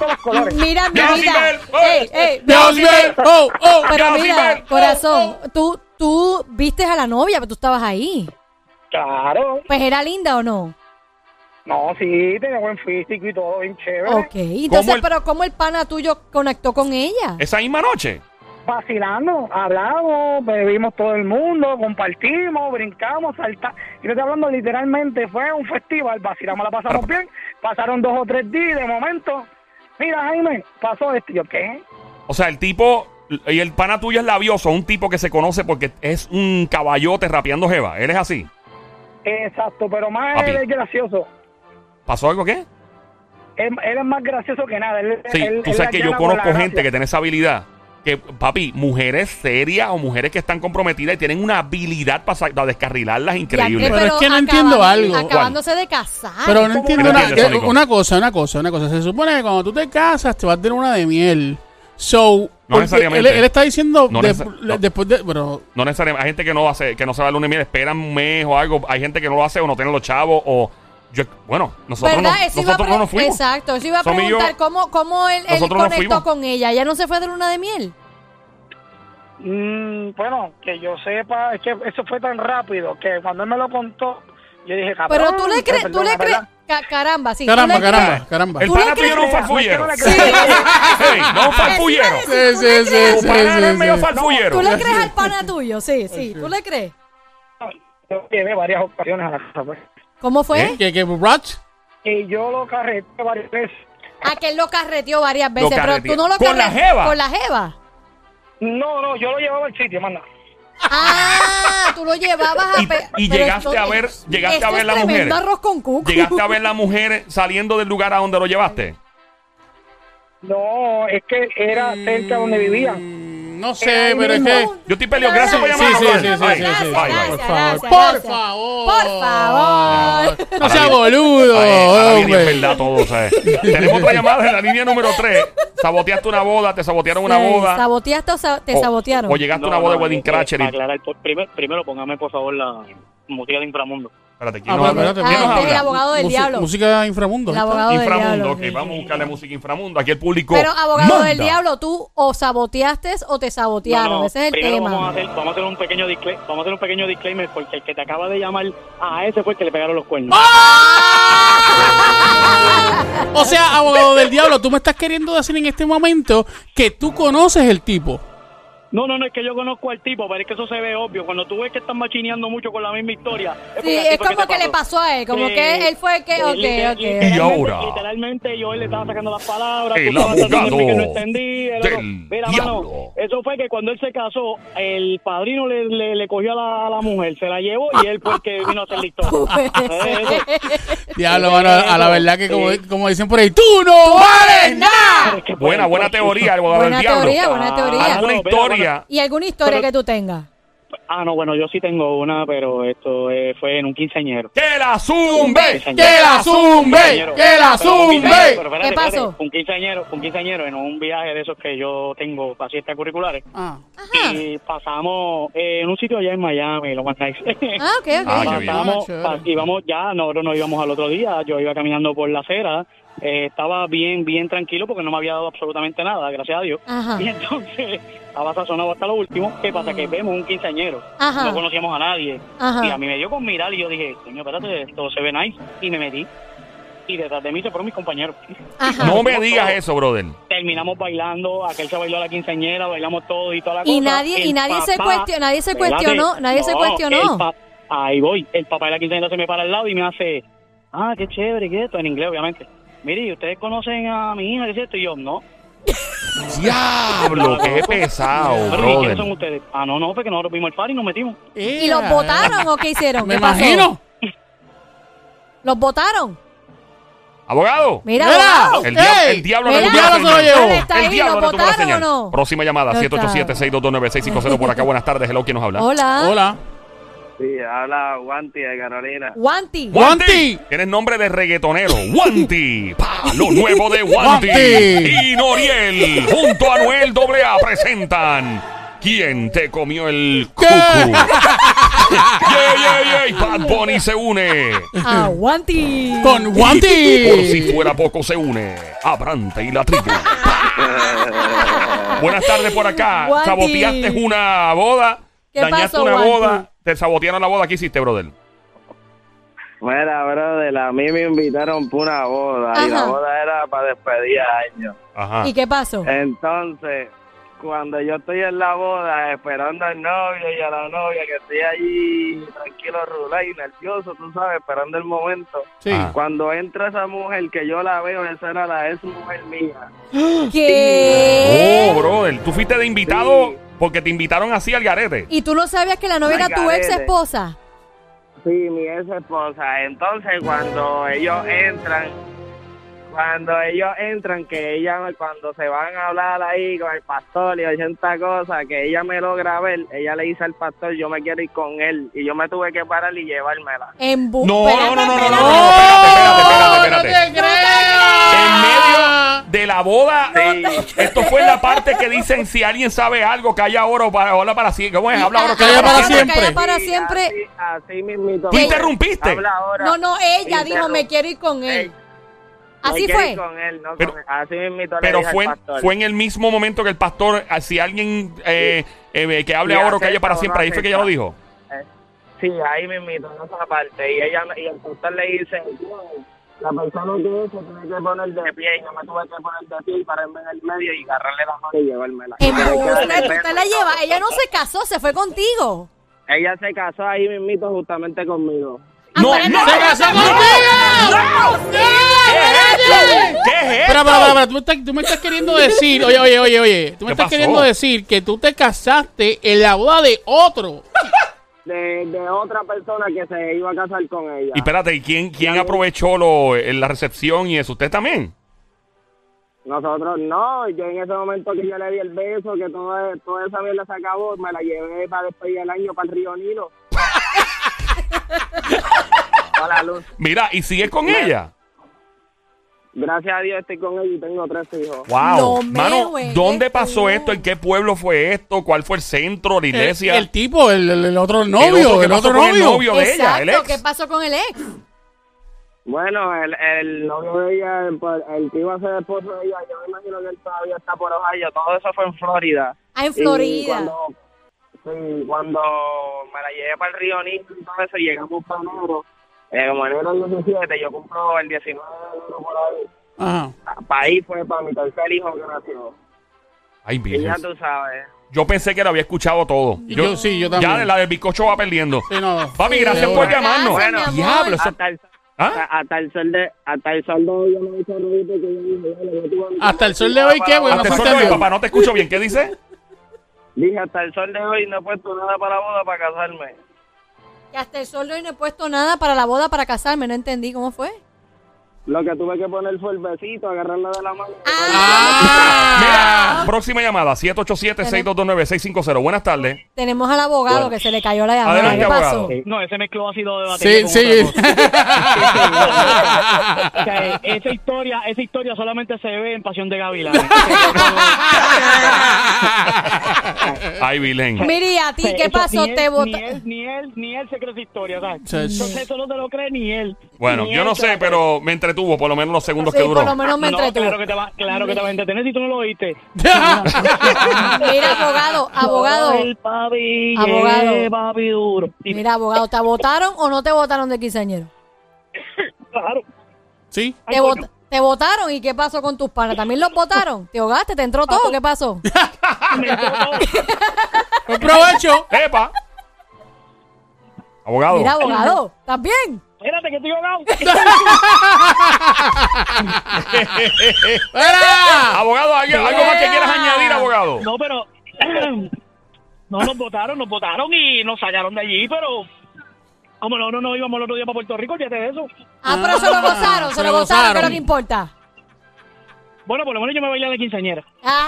[SPEAKER 2] Mira, mi
[SPEAKER 1] ¡Viejo
[SPEAKER 2] vida.
[SPEAKER 1] sin ver!
[SPEAKER 2] Ey, ey, viejo
[SPEAKER 3] ¡Dios
[SPEAKER 2] sin
[SPEAKER 3] mío!
[SPEAKER 2] ver.
[SPEAKER 3] ¡Oh, oh!
[SPEAKER 2] Pero
[SPEAKER 1] ¡Viejo sin ver!
[SPEAKER 2] mira,
[SPEAKER 1] Oh,
[SPEAKER 2] corazón, tú, tú vistes a la novia, pero tú estabas ahí.
[SPEAKER 5] Claro.
[SPEAKER 2] Pues era linda o no.
[SPEAKER 5] No, sí, tenía buen físico y todo, bien chévere.
[SPEAKER 2] Ok, entonces,
[SPEAKER 1] el-
[SPEAKER 2] pero ¿cómo el pana tuyo conectó con ella?
[SPEAKER 1] Esa misma noche.
[SPEAKER 5] Vacilando, hablamos, bebimos todo el mundo, compartimos, brincamos, saltamos. Yo estoy hablando literalmente, fue un festival, vacilamos, la pasamos bien. Pasaron dos o tres días y de momento. Mira, Jaime, pasó esto. Y Yo, ¿qué?
[SPEAKER 1] O sea, el tipo. Y el pana tuyo es labioso, un tipo que se conoce porque es un caballote rapeando Jeva. Él es así.
[SPEAKER 5] Exacto, pero más
[SPEAKER 1] Papi.
[SPEAKER 5] él es gracioso.
[SPEAKER 1] ¿Pasó algo qué?
[SPEAKER 5] Él, él es más gracioso que nada. Él,
[SPEAKER 1] Sí,
[SPEAKER 5] él-
[SPEAKER 1] tú
[SPEAKER 5] él
[SPEAKER 1] sabes
[SPEAKER 5] la
[SPEAKER 1] que yo
[SPEAKER 5] llena con la
[SPEAKER 1] conozco gente
[SPEAKER 5] gracia.
[SPEAKER 1] que tiene esa habilidad. Que, papi, mujeres serias o mujeres que están comprometidas y tienen una habilidad para, sa- para descarrilarlas increíble.
[SPEAKER 3] Pero es que no entiendo algo.
[SPEAKER 2] Acabándose de casar.
[SPEAKER 3] Pero no entiendo una,
[SPEAKER 1] entiendes,
[SPEAKER 3] que-
[SPEAKER 1] Sónico?
[SPEAKER 3] una cosa, una cosa, una cosa. Se supone que cuando tú te casas te vas de luna de miel. So, porque
[SPEAKER 1] necesariamente.
[SPEAKER 3] Él, él está diciendo
[SPEAKER 1] No
[SPEAKER 3] de-
[SPEAKER 1] necesar- no.
[SPEAKER 3] después de... Pero,
[SPEAKER 1] No necesariamente. Hay gente que no hace, que no se va a lunes y miel, esperan un mes o algo. Hay gente que no lo hace o no tiene los chavos o. yo- bueno, nosotros, no,
[SPEAKER 2] ¿Verdad? Eso iba a
[SPEAKER 1] nosotros no
[SPEAKER 2] pre-
[SPEAKER 1] nos fuimos.
[SPEAKER 2] Exacto, eso iba a
[SPEAKER 1] Somi y yo-
[SPEAKER 2] preguntar cómo, cómo él, él
[SPEAKER 1] Nosotros nos fuimos.
[SPEAKER 2] conectó con ella. ¿Ella no se fue de luna de miel?
[SPEAKER 5] Mm, bueno, que yo sepa, es que eso fue tan rápido que cuando él me lo contó, yo dije, cabrón.
[SPEAKER 2] Pero tú le crees,
[SPEAKER 5] perdona,
[SPEAKER 2] tú le crees...
[SPEAKER 5] ¿verdad?
[SPEAKER 2] ca- Caramba, sí. tú
[SPEAKER 3] caramba,
[SPEAKER 2] le crees-
[SPEAKER 3] caramba, caramba.
[SPEAKER 1] El
[SPEAKER 2] ¿Tú le
[SPEAKER 1] pana tuyo
[SPEAKER 2] crees?
[SPEAKER 1] era un farfullero.
[SPEAKER 5] No, no es que
[SPEAKER 2] Sí.
[SPEAKER 5] no le creo.
[SPEAKER 1] Sí, no un
[SPEAKER 2] Eso iba a
[SPEAKER 1] farfullero.
[SPEAKER 2] decir,
[SPEAKER 3] Sí,
[SPEAKER 2] ¿tú le
[SPEAKER 3] sí,
[SPEAKER 2] crees?
[SPEAKER 1] Tu pana era
[SPEAKER 3] Sí, sí,
[SPEAKER 1] medio
[SPEAKER 3] sí.
[SPEAKER 1] farfullero.
[SPEAKER 2] ¿Tú le crees al pana tuyo? Sí, sí. ¿Tú le crees?
[SPEAKER 5] Yo llevé varias ocasiones a la casa, pues.
[SPEAKER 2] ¿Cómo fue?
[SPEAKER 1] ¿Eh?
[SPEAKER 3] ¿Qué, qué, Roach?
[SPEAKER 5] Y yo lo carreté varias veces.
[SPEAKER 2] A Ah, que él lo carreteó varias veces,
[SPEAKER 1] Lo
[SPEAKER 2] pero
[SPEAKER 1] carreteó.
[SPEAKER 2] tú no lo
[SPEAKER 1] ¿Con la
[SPEAKER 2] carre-
[SPEAKER 1] jeva?
[SPEAKER 2] Con la jeva.
[SPEAKER 5] No, no, yo lo llevaba al sitio, manda.
[SPEAKER 2] Ah, tú lo llevabas a
[SPEAKER 1] Y-
[SPEAKER 2] pe-
[SPEAKER 1] y
[SPEAKER 2] pero
[SPEAKER 1] llegaste a ver- llegaste
[SPEAKER 2] esto
[SPEAKER 1] a ver
[SPEAKER 2] es
[SPEAKER 1] la mujer.
[SPEAKER 2] tremendo arroz con cuco.
[SPEAKER 1] ¿Llegaste a ver la mujer saliendo del lugar a donde lo llevaste?
[SPEAKER 5] No, es que era cerca donde vivía.
[SPEAKER 3] Mm, No sé, pero es que...
[SPEAKER 1] Yo estoy peleando. Gracias por
[SPEAKER 3] Sí,
[SPEAKER 1] llamar.
[SPEAKER 3] sí,
[SPEAKER 1] Bye.
[SPEAKER 3] sí, sí,
[SPEAKER 1] Bye.
[SPEAKER 3] sí, sí.
[SPEAKER 1] Bye, bye.
[SPEAKER 2] Gracias,
[SPEAKER 3] Por favor.
[SPEAKER 2] gracias,
[SPEAKER 3] Por
[SPEAKER 2] gracias.
[SPEAKER 3] favor.
[SPEAKER 2] Por favor.
[SPEAKER 3] No sea
[SPEAKER 1] Ahora viene-
[SPEAKER 3] boludo,
[SPEAKER 1] Ay, ahora viene en
[SPEAKER 3] Oh, hombre.
[SPEAKER 1] verdad todo, o sea, Tenemos otra llamada en la línea número 3. Saboteaste una boda, te sabotearon una
[SPEAKER 2] Sí,
[SPEAKER 1] boda. Oh,
[SPEAKER 2] ¿Saboteaste o sa- te
[SPEAKER 1] o-
[SPEAKER 2] sabotearon?
[SPEAKER 1] O llegaste a una
[SPEAKER 6] No,
[SPEAKER 1] boda
[SPEAKER 6] no,
[SPEAKER 1] de Wedding
[SPEAKER 6] eh, eh,
[SPEAKER 1] Crasher y.
[SPEAKER 6] para aclarar, por- primer- primero póngame por favor la música de inframundo.
[SPEAKER 1] Espérate, ¿quién
[SPEAKER 3] Ah,
[SPEAKER 1] nos
[SPEAKER 3] pero
[SPEAKER 1] habla?
[SPEAKER 3] espérate,
[SPEAKER 1] ¿Quién
[SPEAKER 2] Ah,
[SPEAKER 1] nos
[SPEAKER 2] este es el
[SPEAKER 1] habla?
[SPEAKER 2] abogado del
[SPEAKER 3] Musi-
[SPEAKER 2] diablo.
[SPEAKER 3] Música inframundo.
[SPEAKER 2] El
[SPEAKER 3] ahí está.
[SPEAKER 2] abogado del
[SPEAKER 1] Inframundo,
[SPEAKER 2] diablo.
[SPEAKER 1] ok, vamos a buscarle música inframundo. Aquí el público.
[SPEAKER 2] Pero abogado del
[SPEAKER 1] manda.
[SPEAKER 2] diablo, tú o saboteaste o te sabotearon.
[SPEAKER 6] No, no,
[SPEAKER 2] Ese es el
[SPEAKER 6] primero
[SPEAKER 2] tema.
[SPEAKER 6] Vamos a, hacer, vamos a hacer un pequeño disclaimer, vamos a hacer un pequeño disclaimer porque el que te acaba de llamar a ese fue el que le pegaron los cuernos.
[SPEAKER 1] Ah.
[SPEAKER 3] O sea, abogado del diablo, tú me estás queriendo decir en este momento que tú conoces el tipo.
[SPEAKER 6] No, no, no, es que yo conozco al tipo, pero es que eso se ve obvio. Cuando tú ves que están machineando mucho con la misma historia.
[SPEAKER 2] Sí,
[SPEAKER 6] porque al
[SPEAKER 2] es
[SPEAKER 6] tipo
[SPEAKER 2] como
[SPEAKER 6] te
[SPEAKER 2] que le pasó a él, Eh, como
[SPEAKER 6] Eh,
[SPEAKER 2] que él fue el que-
[SPEAKER 6] Sí,
[SPEAKER 2] ok,
[SPEAKER 6] liter-
[SPEAKER 2] ok.
[SPEAKER 6] literalmente-
[SPEAKER 1] Y ahora.
[SPEAKER 6] Literalmente yo él le estaba sacando las palabras.
[SPEAKER 1] El
[SPEAKER 6] tú estabas tratando de
[SPEAKER 1] abogado
[SPEAKER 6] decir que no entendí, el otro-
[SPEAKER 1] del
[SPEAKER 6] Mira,
[SPEAKER 1] diablo.
[SPEAKER 6] mano, eso fue que cuando él se casó, el padrino le, le, le cogió a la, a la mujer, se la llevó y él fue el que vino a hacer la historia. Eso.
[SPEAKER 3] Diablo, mano, a la verdad que como,
[SPEAKER 6] Sí.
[SPEAKER 3] como dicen por ahí, ¡tú no vales nada!
[SPEAKER 6] Es que fue-
[SPEAKER 1] Buena, buena teoría, el abogado
[SPEAKER 2] buena
[SPEAKER 1] del diablo.
[SPEAKER 2] teoría, buena teoría.
[SPEAKER 6] Ah,
[SPEAKER 1] Alguna
[SPEAKER 6] no, mira,
[SPEAKER 1] historia.
[SPEAKER 2] ¿Y alguna historia
[SPEAKER 6] Pero-
[SPEAKER 2] que tú tengas?
[SPEAKER 6] Ah, no, bueno, yo sí tengo una, pero esto eh, fue en un quinceañero.
[SPEAKER 1] ¡Que la zumbe!
[SPEAKER 6] Sí, señor.
[SPEAKER 1] ¡Que la zumbe!
[SPEAKER 6] Quinceañero.
[SPEAKER 3] ¡Que la
[SPEAKER 6] Pero un
[SPEAKER 3] zumbe!
[SPEAKER 6] quinceañero, pero espérate,
[SPEAKER 2] ¿Qué
[SPEAKER 6] espérate,
[SPEAKER 2] pasó?
[SPEAKER 6] Un quinceañero, un quinceañero en un viaje de esos que yo tengo para fiestas curriculares.
[SPEAKER 3] Ah,
[SPEAKER 2] Ajá.
[SPEAKER 6] Y pasamos eh, en un sitio allá en Miami, lo más nice.
[SPEAKER 2] Ah, ok, ok.
[SPEAKER 1] Ah, qué bien.
[SPEAKER 6] Pasamos,
[SPEAKER 3] Ah, chévere.
[SPEAKER 6] pas- íbamos ya, nosotros nos íbamos al otro día, yo iba caminando por la acera, eh, estaba bien, bien tranquilo porque no me había dado absolutamente nada, gracias a Dios.
[SPEAKER 2] Ajá.
[SPEAKER 6] Y entonces estaba sazonado hasta lo último, ¿qué pasa? Que vemos un quinceañero,
[SPEAKER 2] Ajá.
[SPEAKER 6] no conocíamos a nadie,
[SPEAKER 2] Ajá.
[SPEAKER 6] y a mí me dio con mirar y yo dije, coño, espérate, esto se ve nice, y me metí. Y detrás de mí se fueron mis compañeros.
[SPEAKER 2] Ajá.
[SPEAKER 1] No me digas eso, brother.
[SPEAKER 6] Terminamos bailando, aquel se bailó a la quinceañera, bailamos todo y toda la cosa.
[SPEAKER 2] Y nadie, y
[SPEAKER 6] El
[SPEAKER 2] nadie se
[SPEAKER 6] papá-
[SPEAKER 2] cuestionó, nadie se
[SPEAKER 6] Espérate.
[SPEAKER 2] cuestionó, nadie se
[SPEAKER 6] No, el
[SPEAKER 2] cuestionó.
[SPEAKER 6] pa- Ahí voy. El papá de la quinceañera se me para al lado y me hace, ah, qué chévere, qué esto, en inglés, obviamente. Mire, ¿y ustedes conocen a mi hija, qué es esto? Y yo, no.
[SPEAKER 1] ¡Diablo! ¡Qué pesado,
[SPEAKER 6] Pero, ¿y quiénes son
[SPEAKER 1] brother!
[SPEAKER 6] ustedes? Ah, no, no, porque nosotros vimos el par y nos metimos.
[SPEAKER 2] ¿Y los votaron o qué hicieron?
[SPEAKER 3] Me
[SPEAKER 2] ¿Qué pasó?
[SPEAKER 3] imagino.
[SPEAKER 2] ¿Los votaron?
[SPEAKER 1] ¡Abogado!
[SPEAKER 2] Mira,
[SPEAKER 3] Mira,
[SPEAKER 2] abogado.
[SPEAKER 1] El, diablo-
[SPEAKER 3] Ey,
[SPEAKER 1] el diablo
[SPEAKER 2] mira.
[SPEAKER 1] no
[SPEAKER 2] El diablo
[SPEAKER 3] se lo llevó.
[SPEAKER 2] Él está
[SPEAKER 1] El
[SPEAKER 2] ahí,
[SPEAKER 1] diablo
[SPEAKER 2] ¿lo
[SPEAKER 1] no tuvo la
[SPEAKER 2] votaron o
[SPEAKER 1] señal.
[SPEAKER 2] no?
[SPEAKER 1] Próxima llamada,
[SPEAKER 2] No está.
[SPEAKER 1] 787-622-9650 por acá. Buenas tardes, hello, ¿quién nos habla?
[SPEAKER 2] Hola.
[SPEAKER 3] Ah. Hola.
[SPEAKER 4] Sí, habla Guanti de Carolina.
[SPEAKER 2] Guanti.
[SPEAKER 1] Wanti.
[SPEAKER 3] Wanti.
[SPEAKER 1] Tienes nombre de reggaetonero. Wanti. Pa, lo nuevo de Wanti.
[SPEAKER 3] Wanti.
[SPEAKER 1] Y Noriel junto a Noel AA presentan. ¿Quién te comió el cucu? Yeah, yeah, yeah. Bad Bunny se une.
[SPEAKER 7] Aguanti.
[SPEAKER 3] Con Wanti.
[SPEAKER 1] Por si fuera poco se une. Abrante y la tribu. Buenas tardes por acá.
[SPEAKER 7] Guanti.
[SPEAKER 1] Saboteaste una boda.
[SPEAKER 2] ¿Qué
[SPEAKER 1] Dañaste
[SPEAKER 2] pasó,
[SPEAKER 1] una
[SPEAKER 2] Guanti?
[SPEAKER 1] boda. Te sabotearon la boda. ¿Qué hiciste, brother?
[SPEAKER 4] Mira, bro, de la mí me invitaron para una boda y la
[SPEAKER 2] Ajá.
[SPEAKER 4] boda era para despedir a años.
[SPEAKER 1] Ajá.
[SPEAKER 2] ¿Y qué pasó?
[SPEAKER 4] Entonces, cuando yo estoy en la boda esperando al novio y a la novia que estoy allí tranquilo, rural y nervioso, tú sabes, esperando el momento.
[SPEAKER 3] Sí.
[SPEAKER 1] Ah.
[SPEAKER 4] Cuando entra esa mujer que yo la veo, esa era la ex mujer mía.
[SPEAKER 2] ¿Qué?
[SPEAKER 1] Oh, brother. Tú fuiste de invitado
[SPEAKER 4] Sí.
[SPEAKER 1] porque te invitaron así al garete.
[SPEAKER 2] ¿Y tú no sabías que la novia era tu ex
[SPEAKER 4] Margarete.
[SPEAKER 2] esposa?
[SPEAKER 4] Sí, mi ex esposa. Entonces, cuando ellos entran, cuando ellos entran, que ella, cuando se van a hablar ahí con el pastor y 80 cosas, que ella me logra ver, ella le dice al pastor, yo me quiero ir con él. Y yo me tuve que parar y llevármela.
[SPEAKER 2] En bu-
[SPEAKER 1] No, no,
[SPEAKER 2] Espérate,
[SPEAKER 1] no, no, no,
[SPEAKER 2] espérate.
[SPEAKER 1] no, espérate, espérate, espérate, espérate.
[SPEAKER 3] No te creo.
[SPEAKER 1] En medio de la boda.
[SPEAKER 4] Sí.
[SPEAKER 1] Esto fue la parte que dicen si alguien sabe algo, calla oro para hola para siempre. ¿Cómo es? Habla oro
[SPEAKER 3] Calla para
[SPEAKER 2] Espérate,
[SPEAKER 3] siempre.
[SPEAKER 2] calla para
[SPEAKER 4] Sí,
[SPEAKER 2] siempre.
[SPEAKER 4] Así, así mismito.
[SPEAKER 1] ¿Tú interrumpiste?
[SPEAKER 4] Habla ahora.
[SPEAKER 2] No, no, ella
[SPEAKER 4] Sí,
[SPEAKER 2] dijo, me
[SPEAKER 4] interrum-
[SPEAKER 2] quiero ir con él.
[SPEAKER 4] Ey, me
[SPEAKER 2] Así
[SPEAKER 4] quiero ir
[SPEAKER 2] fue.
[SPEAKER 4] Con él, no con
[SPEAKER 1] Pero-
[SPEAKER 4] él. Así mismito le
[SPEAKER 1] Pero
[SPEAKER 4] dije al
[SPEAKER 1] fue,
[SPEAKER 4] pastor.
[SPEAKER 1] fue en el mismo momento que el pastor, ah, si alguien eh, eh, que hable
[SPEAKER 4] Sí,
[SPEAKER 1] ahora oro, calla
[SPEAKER 4] acepta
[SPEAKER 1] para
[SPEAKER 4] o no
[SPEAKER 1] siempre, ahí fue que ella lo
[SPEAKER 4] acepta.
[SPEAKER 1] dijo.
[SPEAKER 4] Eh, Sí, ahí me invito en esa parte. Y ella y el pastor le dice, la persona que es se tiene que poner de pie. Y yo me tuve que poner de pie y pararme en el medio y agarrarle la mano y llevármela.
[SPEAKER 2] En
[SPEAKER 4] Pero hay que darle
[SPEAKER 2] bu-
[SPEAKER 4] beso
[SPEAKER 2] Usted
[SPEAKER 4] y
[SPEAKER 2] la
[SPEAKER 4] todo.
[SPEAKER 2] lleva. Ella no se casó, se fue contigo.
[SPEAKER 4] Ella se casó ahí mismito justamente conmigo.
[SPEAKER 1] No,
[SPEAKER 2] Aparente-
[SPEAKER 1] no,
[SPEAKER 3] ¡Se casó
[SPEAKER 1] no,
[SPEAKER 3] contigo!
[SPEAKER 1] no,
[SPEAKER 3] ¡No!
[SPEAKER 1] ¿Qué es esto? ¿Qué es
[SPEAKER 3] Espera,
[SPEAKER 1] esto?
[SPEAKER 3] espera, espera, espera. Tú, me estás- tú me estás queriendo decir, oye, oye, oye, oye, tú me
[SPEAKER 1] ¿Qué
[SPEAKER 3] estás
[SPEAKER 1] pasó?
[SPEAKER 3] queriendo decir que tú te casaste en la boda de otro.
[SPEAKER 4] De, de otra persona que se iba a casar con ella.
[SPEAKER 1] Y espérate, ¿y quién, quién aprovechó lo, eh, la recepción y eso? ¿Usted también?
[SPEAKER 4] Nosotros no, yo en ese momento que yo le di el beso, que todo, e, toda esa mierda se acabó, me la llevé para despedir el año para el río Nilo. a la luz.
[SPEAKER 1] Mira, ¿y sigues con ella?
[SPEAKER 4] Gracias a Dios estoy con ella y tengo tres hijos.
[SPEAKER 1] Wow.
[SPEAKER 2] No me
[SPEAKER 1] Mano,
[SPEAKER 2] juegues
[SPEAKER 1] ¿dónde
[SPEAKER 2] tú.
[SPEAKER 1] pasó esto? ¿En qué pueblo fue esto? ¿Cuál fue el centro, la
[SPEAKER 3] El,
[SPEAKER 1] iglesia?
[SPEAKER 3] el tipo, el, el- el otro
[SPEAKER 1] El otro
[SPEAKER 3] novio,
[SPEAKER 1] que
[SPEAKER 3] el
[SPEAKER 1] pasó
[SPEAKER 3] otro
[SPEAKER 1] con el
[SPEAKER 3] novio.
[SPEAKER 1] novio de ella, el
[SPEAKER 2] Exacto,
[SPEAKER 1] ex.
[SPEAKER 2] ¿qué pasó con el ex?
[SPEAKER 4] Bueno, el, el novio de ella, el, el que iba a ser esposo de ella, yo me imagino que él todavía está por Ohio, todo eso fue en Florida.
[SPEAKER 2] Ah, en
[SPEAKER 4] Y
[SPEAKER 2] Florida.
[SPEAKER 4] cuando, sí, cuando me la llevé para el río Nilo y todo eso, llegamos para enero. Eh, como enero 17, yo cumplo el 19 de enero por ahí.
[SPEAKER 3] Ajá.
[SPEAKER 4] Para ahí fue para mi tercer hijo que nació.
[SPEAKER 1] Ay,
[SPEAKER 4] Y oh, ya
[SPEAKER 1] bien.
[SPEAKER 4] tú sabes.
[SPEAKER 1] Yo pensé que lo había escuchado todo.
[SPEAKER 3] Y Yo, sí, yo también.
[SPEAKER 1] Ya de la del bizcocho va perdiendo.
[SPEAKER 3] Sí, no.
[SPEAKER 1] Papi, gracias
[SPEAKER 3] Sí,
[SPEAKER 1] por
[SPEAKER 3] ahora.
[SPEAKER 1] llamarnos.
[SPEAKER 2] Gracias, mi amor.
[SPEAKER 1] Diablo, eso-
[SPEAKER 4] Hasta el,
[SPEAKER 1] ¿Ah?
[SPEAKER 4] hasta el sol de, hasta el sol de hoy yo no me hice reír porque yo dije, "Dale, yo tuve mi
[SPEAKER 3] Hasta el sol de hoy, ¿qué? Porque
[SPEAKER 1] Hasta el
[SPEAKER 3] me
[SPEAKER 1] sol de hoy,
[SPEAKER 3] fuiste
[SPEAKER 1] papá, no te escucho bien. ¿Qué dice?
[SPEAKER 4] Dije, hasta el sol de hoy no he puesto nada para la boda para casarme.
[SPEAKER 2] Que hasta el sol de hoy no he puesto nada para la boda para casarme, no entendí cómo fue.
[SPEAKER 4] Lo que tuve que poner fue el besito, agarrarla de la mano.
[SPEAKER 3] Ah.
[SPEAKER 1] Mira, próxima llamada, 787-622-9650. Buenas tardes.
[SPEAKER 2] Tenemos al abogado que se le cayó la llamada.
[SPEAKER 1] Adelante,
[SPEAKER 2] ¿Qué pasó?
[SPEAKER 1] abogado.
[SPEAKER 6] No, ese mezcló ácido de batería
[SPEAKER 3] Sí,
[SPEAKER 6] con
[SPEAKER 3] sí.
[SPEAKER 6] otra cosa. O sea, e-, esa historia, esa historia solamente se ve en Pasión de Gavilanes.
[SPEAKER 1] Ay, Vilén.
[SPEAKER 2] Miri, ¿a ti
[SPEAKER 6] O sea,
[SPEAKER 2] qué
[SPEAKER 6] eso
[SPEAKER 2] pasó?
[SPEAKER 6] Ni él,
[SPEAKER 2] ¿Te
[SPEAKER 6] ni, él,
[SPEAKER 2] votaron?
[SPEAKER 6] ni él, ni él se cree esa historia, ¿sabes?
[SPEAKER 3] Sí, sí.
[SPEAKER 6] Entonces eso no te lo cree ni él.
[SPEAKER 1] Bueno,
[SPEAKER 6] Ni
[SPEAKER 1] yo
[SPEAKER 6] él
[SPEAKER 1] no
[SPEAKER 6] se
[SPEAKER 1] sé,
[SPEAKER 6] lo cree.
[SPEAKER 1] pero me entretuvo por lo menos los segundos
[SPEAKER 2] Sí,
[SPEAKER 1] que
[SPEAKER 2] por lo
[SPEAKER 1] duró.
[SPEAKER 2] menos me
[SPEAKER 6] No,
[SPEAKER 2] entretuvo.
[SPEAKER 6] claro que te va, claro que te va a entretener si tú no lo oíste.
[SPEAKER 2] Mira, abogado, abogado,
[SPEAKER 6] El papi,
[SPEAKER 2] Abogado.
[SPEAKER 6] eh, papi duro. Y
[SPEAKER 2] mira, abogado, ¿te votaron o no te votaron de quinceañero?
[SPEAKER 6] claro,
[SPEAKER 3] Sí.
[SPEAKER 6] Ay,
[SPEAKER 2] ¿Te,
[SPEAKER 6] coño.
[SPEAKER 2] vot- te votaron y qué pasó con tus panas? ¿También los votaron? ¿Te ahogaste? ¿Te entró todo? ¿Qué pasó?
[SPEAKER 6] me entró todo.
[SPEAKER 3] Buen Pues provecho.
[SPEAKER 1] ¡Epa! Abogado.
[SPEAKER 2] Mira, abogado, ¿también?
[SPEAKER 6] Espérate que estoy ahogado.
[SPEAKER 3] ¡Fuera!
[SPEAKER 1] Abogado, ¿algo, algo más que quieras añadir, abogado?
[SPEAKER 6] No, pero no nos votaron, nos votaron y nos sacaron de allí, pero como no, no, no íbamos el otro día para Puerto Rico, fíjate de eso.
[SPEAKER 2] Ah, pero se lo gozaron, se lo gozaron, que es lo que importa.
[SPEAKER 6] Bueno, por lo menos yo me bailé a la quinceañera.
[SPEAKER 2] Ah.